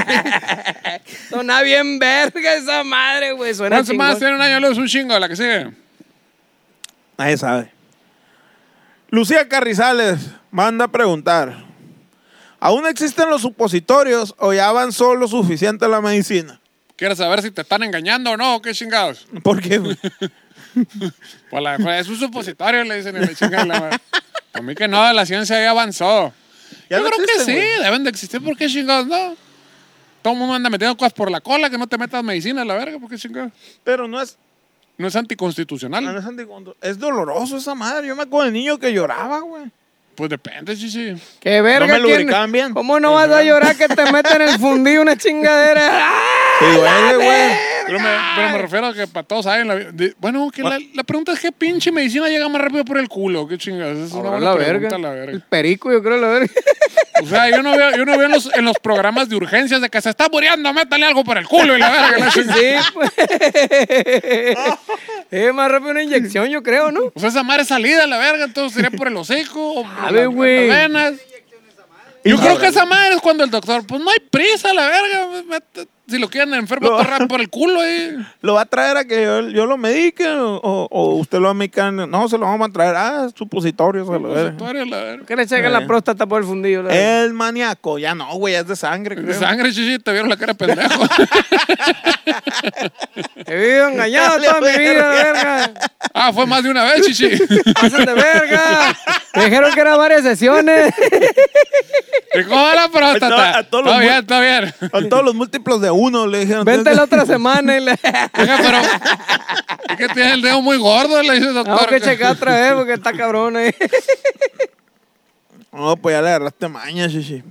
Speaker 2: Suena bien verga esa madre, güey. Suena
Speaker 1: ¿Cuántos más
Speaker 2: chingón.
Speaker 1: tiene un año luz? Un chingo, la que sigue.
Speaker 3: Nadie sabe. Lucía Carrizales manda a preguntar: ¿Aún existen los supositorios o ya avanzó lo suficiente la medicina?
Speaker 1: ¿Quieres saber si te están engañando o no? ¿O qué chingados?
Speaker 3: ¿Por qué? güey?
Speaker 1: Pues la- pues es un supositorio, le dicen. y le chingan la madre. A mí que no, la ciencia ya avanzó.
Speaker 3: Ya
Speaker 1: Yo
Speaker 3: no
Speaker 1: creo que
Speaker 3: existen,
Speaker 1: sí,
Speaker 3: güey.
Speaker 1: deben de existir. ¿Por qué chingados no? Todo el mundo anda metiendo cosas por la cola, que no te metas medicina, la verga, ¿por qué chingados?
Speaker 3: Pero no es,
Speaker 1: No es anticonstitucional.
Speaker 3: Ah, no es anticondo- Es doloroso esa madre. Yo me acuerdo de niño que lloraba, güey.
Speaker 1: Pues depende, sí, sí.
Speaker 2: ¡Qué verga!
Speaker 3: me
Speaker 2: ¿quién-
Speaker 3: lubricaban bien.
Speaker 2: ¿Cómo no vas a llorar que te meten el fundido una chingadera? ¡Ah!
Speaker 3: Sí, duele, güey.
Speaker 1: Pero me, pero me refiero a que para todos saben. la- de- bueno, que la, la pregunta es: ¿qué pinche medicina llega más rápido por el culo? ¿Qué chingados? Es una
Speaker 2: Ahora
Speaker 1: buena
Speaker 2: la
Speaker 1: pregunta,
Speaker 2: verga.
Speaker 1: la
Speaker 2: El
Speaker 1: verga.
Speaker 2: perico, yo creo, la verga.
Speaker 1: O sea, yo no veo, yo no veo en, los, en los programas de urgencias de que se está muriendo, métale algo por el culo y la verga. la chingada.
Speaker 2: sí, pues. es más rápido una inyección, yo creo, ¿no?
Speaker 1: O sea, Pues esa madre es salida, la verga, entonces sería por el hocico o por
Speaker 2: Sabe,
Speaker 1: la-
Speaker 2: güey.
Speaker 1: las venas. Yo creo que esa madre es cuando el doctor, pues no hay prisa, la verga. pues, mete- Si lo quieren enfermo,
Speaker 3: No.
Speaker 1: torra por el culo ahí.
Speaker 3: ¿Lo va a traer a que yo, yo lo medique o, o- o usted lo medica? No, se lo vamos a traer. Ah, supositorios. a la verga.
Speaker 1: Supositorio, Pues, la verga.
Speaker 2: Que le chequen
Speaker 3: Eh.
Speaker 2: la próstata por el fundido. la verga.
Speaker 3: El maníaco. Ya no, güey, es de sangre.
Speaker 1: De
Speaker 3: creo.
Speaker 1: sangre, chichi, te vieron la cara de pendejo.
Speaker 2: He vivido engañado toda mi vida, la verga.
Speaker 1: ah, fue más de una vez, chichi.
Speaker 2: Pasan de verga. Me dijeron que era varias sesiones.
Speaker 1: ¿Y cómo va la próstata?
Speaker 3: A to- a todos los
Speaker 1: Todo
Speaker 3: mu-
Speaker 1: bien, todo bien.
Speaker 3: A todos los múltiplos de uno le dijeron.
Speaker 2: Vente
Speaker 3: "Tienes-
Speaker 2: la otra semana y le...
Speaker 1: Oiga, pero es que tiene el dedo muy gordo, le dice el doctor.
Speaker 2: Tengo que checar otra vez porque está cabrón eh. ahí.
Speaker 3: No, pues ya le agarraste maña, shishi.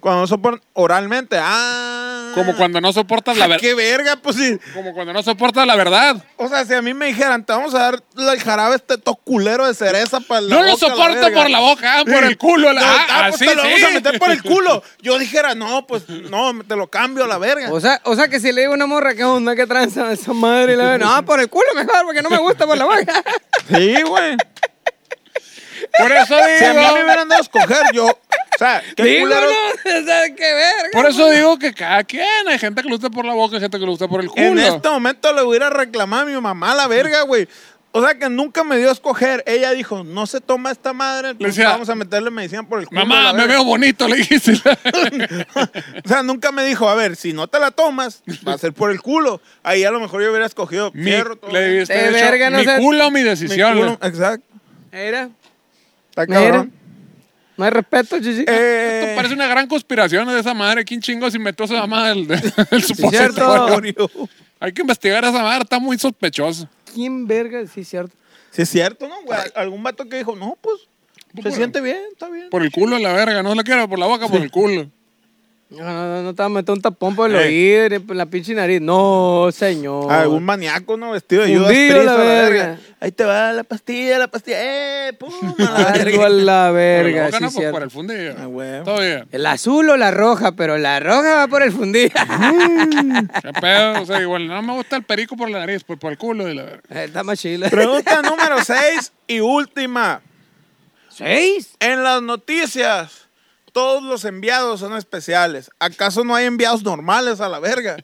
Speaker 3: Cuando no soportan oralmente. Ah,
Speaker 1: Como cuando no soportas la verdad.
Speaker 3: ¡Qué verga! Pues sí.
Speaker 1: Como cuando no soportas la verdad.
Speaker 3: O sea, si a mí me dijeran, te vamos a dar la- el jarabe este toculero de cereza para la
Speaker 1: No lo
Speaker 3: boca, la
Speaker 1: soporto
Speaker 3: verga.
Speaker 1: por la boca, por el culo, la-
Speaker 3: No,
Speaker 1: ah,
Speaker 3: ah, pues
Speaker 1: sí,
Speaker 3: te lo vamos
Speaker 1: sí.
Speaker 3: a meter por el culo. Yo dijera, no, pues no, te lo cambio a la verga.
Speaker 2: O sea, o sea que si le digo a una morra que onda, que tranza esa madre, le digo, no, por el culo mejor, porque no me gusta por la boca.
Speaker 3: Sí, güey.
Speaker 1: Por eso
Speaker 3: Si a mí me
Speaker 1: digo.
Speaker 3: hubieran dado a escoger, yo. O sea, qué
Speaker 2: Digo,
Speaker 3: culero.
Speaker 2: no, o sea, qué verga.
Speaker 1: Por eso digo que cada quien. Hay gente que lo gusta por la boca, hay gente que lo gusta por el culo.
Speaker 3: En este momento le hubiera reclamado a mi mamá la verga, güey. O sea, que nunca me dio a escoger. Ella dijo, no se toma esta madre, entonces
Speaker 1: decía,
Speaker 3: vamos a meterle medicina por el culo. a
Speaker 1: Mamá,
Speaker 3: la
Speaker 1: me
Speaker 3: verga".
Speaker 1: veo bonito, le dijiste.
Speaker 3: o sea, nunca me dijo, a ver, si no te la tomas, va a ser por el culo. Ahí a lo mejor yo hubiera escogido
Speaker 1: Mi,
Speaker 3: fierro, todo
Speaker 1: le
Speaker 3: bien.
Speaker 1: dijiste,
Speaker 2: De
Speaker 1: de hecho,
Speaker 2: verga, no
Speaker 1: mi
Speaker 2: seas-
Speaker 1: culo o mi
Speaker 3: Mi
Speaker 1: decisión.
Speaker 3: culo,
Speaker 1: güey.
Speaker 3: eh.
Speaker 1: Ah,
Speaker 3: Exacto.
Speaker 2: Mira,
Speaker 3: Está
Speaker 2: mira.
Speaker 3: cabrón.
Speaker 2: No hay respeto, chichi.
Speaker 3: Eh,
Speaker 1: Esto parece una gran conspiración de esa madre. ¿Quién chingo si metió esa madre del, del supositorio?
Speaker 2: cierto.
Speaker 1: Hay que investigar a esa madre, está muy sospechoso.
Speaker 2: ¿Quién verga? Sí, cierto.
Speaker 3: Sí, es cierto, ¿no, güey? Algún vato que dijo, no, pues, se
Speaker 1: Por-
Speaker 3: siente bien, está bien.
Speaker 1: Por el culo, la verga. No la quiero por la boca, por el culo.
Speaker 2: No, no, no, no te vas a meter un tapón por el
Speaker 3: Eh.
Speaker 2: oído, ni por la pinche nariz. No, señor.
Speaker 3: Algún maniaco, Ah, ¿no? Vestido de
Speaker 2: Hundido
Speaker 3: Judas Priest,
Speaker 2: la
Speaker 3: a la verga.
Speaker 2: verga.
Speaker 3: Ahí te va la pastilla, la pastilla. ¡Eh! ¡Pum! A la
Speaker 2: Algo a
Speaker 3: verga.
Speaker 2: la
Speaker 1: Por la
Speaker 2: verga,
Speaker 1: boca
Speaker 2: sí,
Speaker 1: no, pues, por
Speaker 2: cierto.
Speaker 1: el fundido.
Speaker 3: Ah, huevo.
Speaker 1: Todo bien.
Speaker 2: El azul o la roja, pero la roja va por el fundido.
Speaker 1: ¿Qué pedo? O sea, igual no me gusta el perico por la nariz, pues por el culo y la verga.
Speaker 2: Está más chila.
Speaker 3: Pregunta número 6 y última.
Speaker 2: ¿Seis?
Speaker 3: En las noticias, todos los enviados son especiales. ¿Acaso no hay enviados normales a la verga?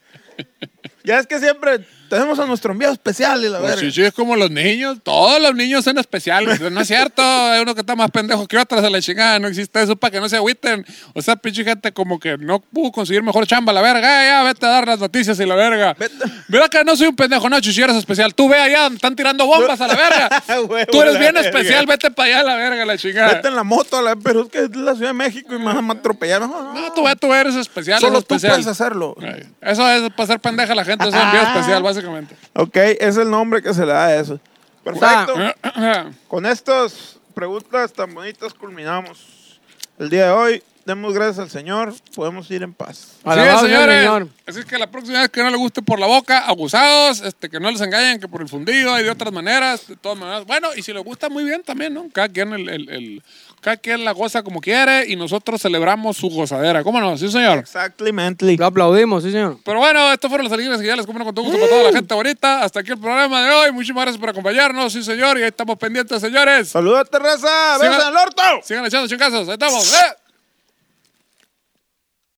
Speaker 3: Ya es que siempre tenemos a nuestro enviado especial y la
Speaker 1: Los
Speaker 3: verga.
Speaker 1: chichis como los niños, todos los niños son especiales. No es cierto, hay uno que está más pendejo que otro, se la chingada, no existe eso para que no se agüiten. O sea, pinche gente como que no pudo conseguir mejor chamba, la verga, eh, ya vete a dar las noticias y la verga.
Speaker 3: Vete.
Speaker 1: Mira que no soy un pendejo, no, chichi, eres especial. Tú ve allá, me están tirando bombas a la verga.
Speaker 3: Huevo,
Speaker 1: Tú eres
Speaker 3: la
Speaker 1: bien
Speaker 3: verga.
Speaker 1: especial, vete para allá, la verga, la chingada.
Speaker 3: Vete en la moto a la pero es que es la Ciudad de México y me van a atropellar. No, no,
Speaker 1: No, tú, ve, tú eres especial.
Speaker 3: Solo
Speaker 1: eres
Speaker 3: tú
Speaker 1: especial.
Speaker 3: puedes hacerlo.
Speaker 1: Ay, Eso es para ser pendeja a la gente, eso es envío especial, básicamente.
Speaker 3: Ok, es el nombre que se le da a eso. Perfecto.
Speaker 1: Ah,
Speaker 3: Con estas preguntas tan bonitas culminamos el día de hoy. Demos gracias al Señor. Podemos ir en paz.
Speaker 1: Así
Speaker 2: Alabado
Speaker 1: es,
Speaker 2: sea el
Speaker 1: señores.
Speaker 2: Señor.
Speaker 1: Así es que la próxima vez que no le guste por la boca, abusados, este, que no les engañen, que por el fundido y de otras maneras, de todas maneras. Bueno, y si les gusta muy bien también, ¿no? Cada quien, el, el- el- cada quien la goza como quiere y nosotros celebramos su gozadera. ¿Cómo no? Sí, señor.
Speaker 3: Exactly.
Speaker 2: Lo aplaudimos, sí, señor.
Speaker 1: Pero bueno, estos fueron las alegrías que ya les compro con todo gusto para toda la gente bonita. Hasta aquí el programa de hoy. Muchísimas gracias por acompañarnos, sí, señor. Y ahí estamos pendientes, señores.
Speaker 3: Saludos, Teresa.
Speaker 1: Sigan-
Speaker 3: Besos en el orto.
Speaker 1: Sigan echando chingazos. Ahí estamos. ¡Eh!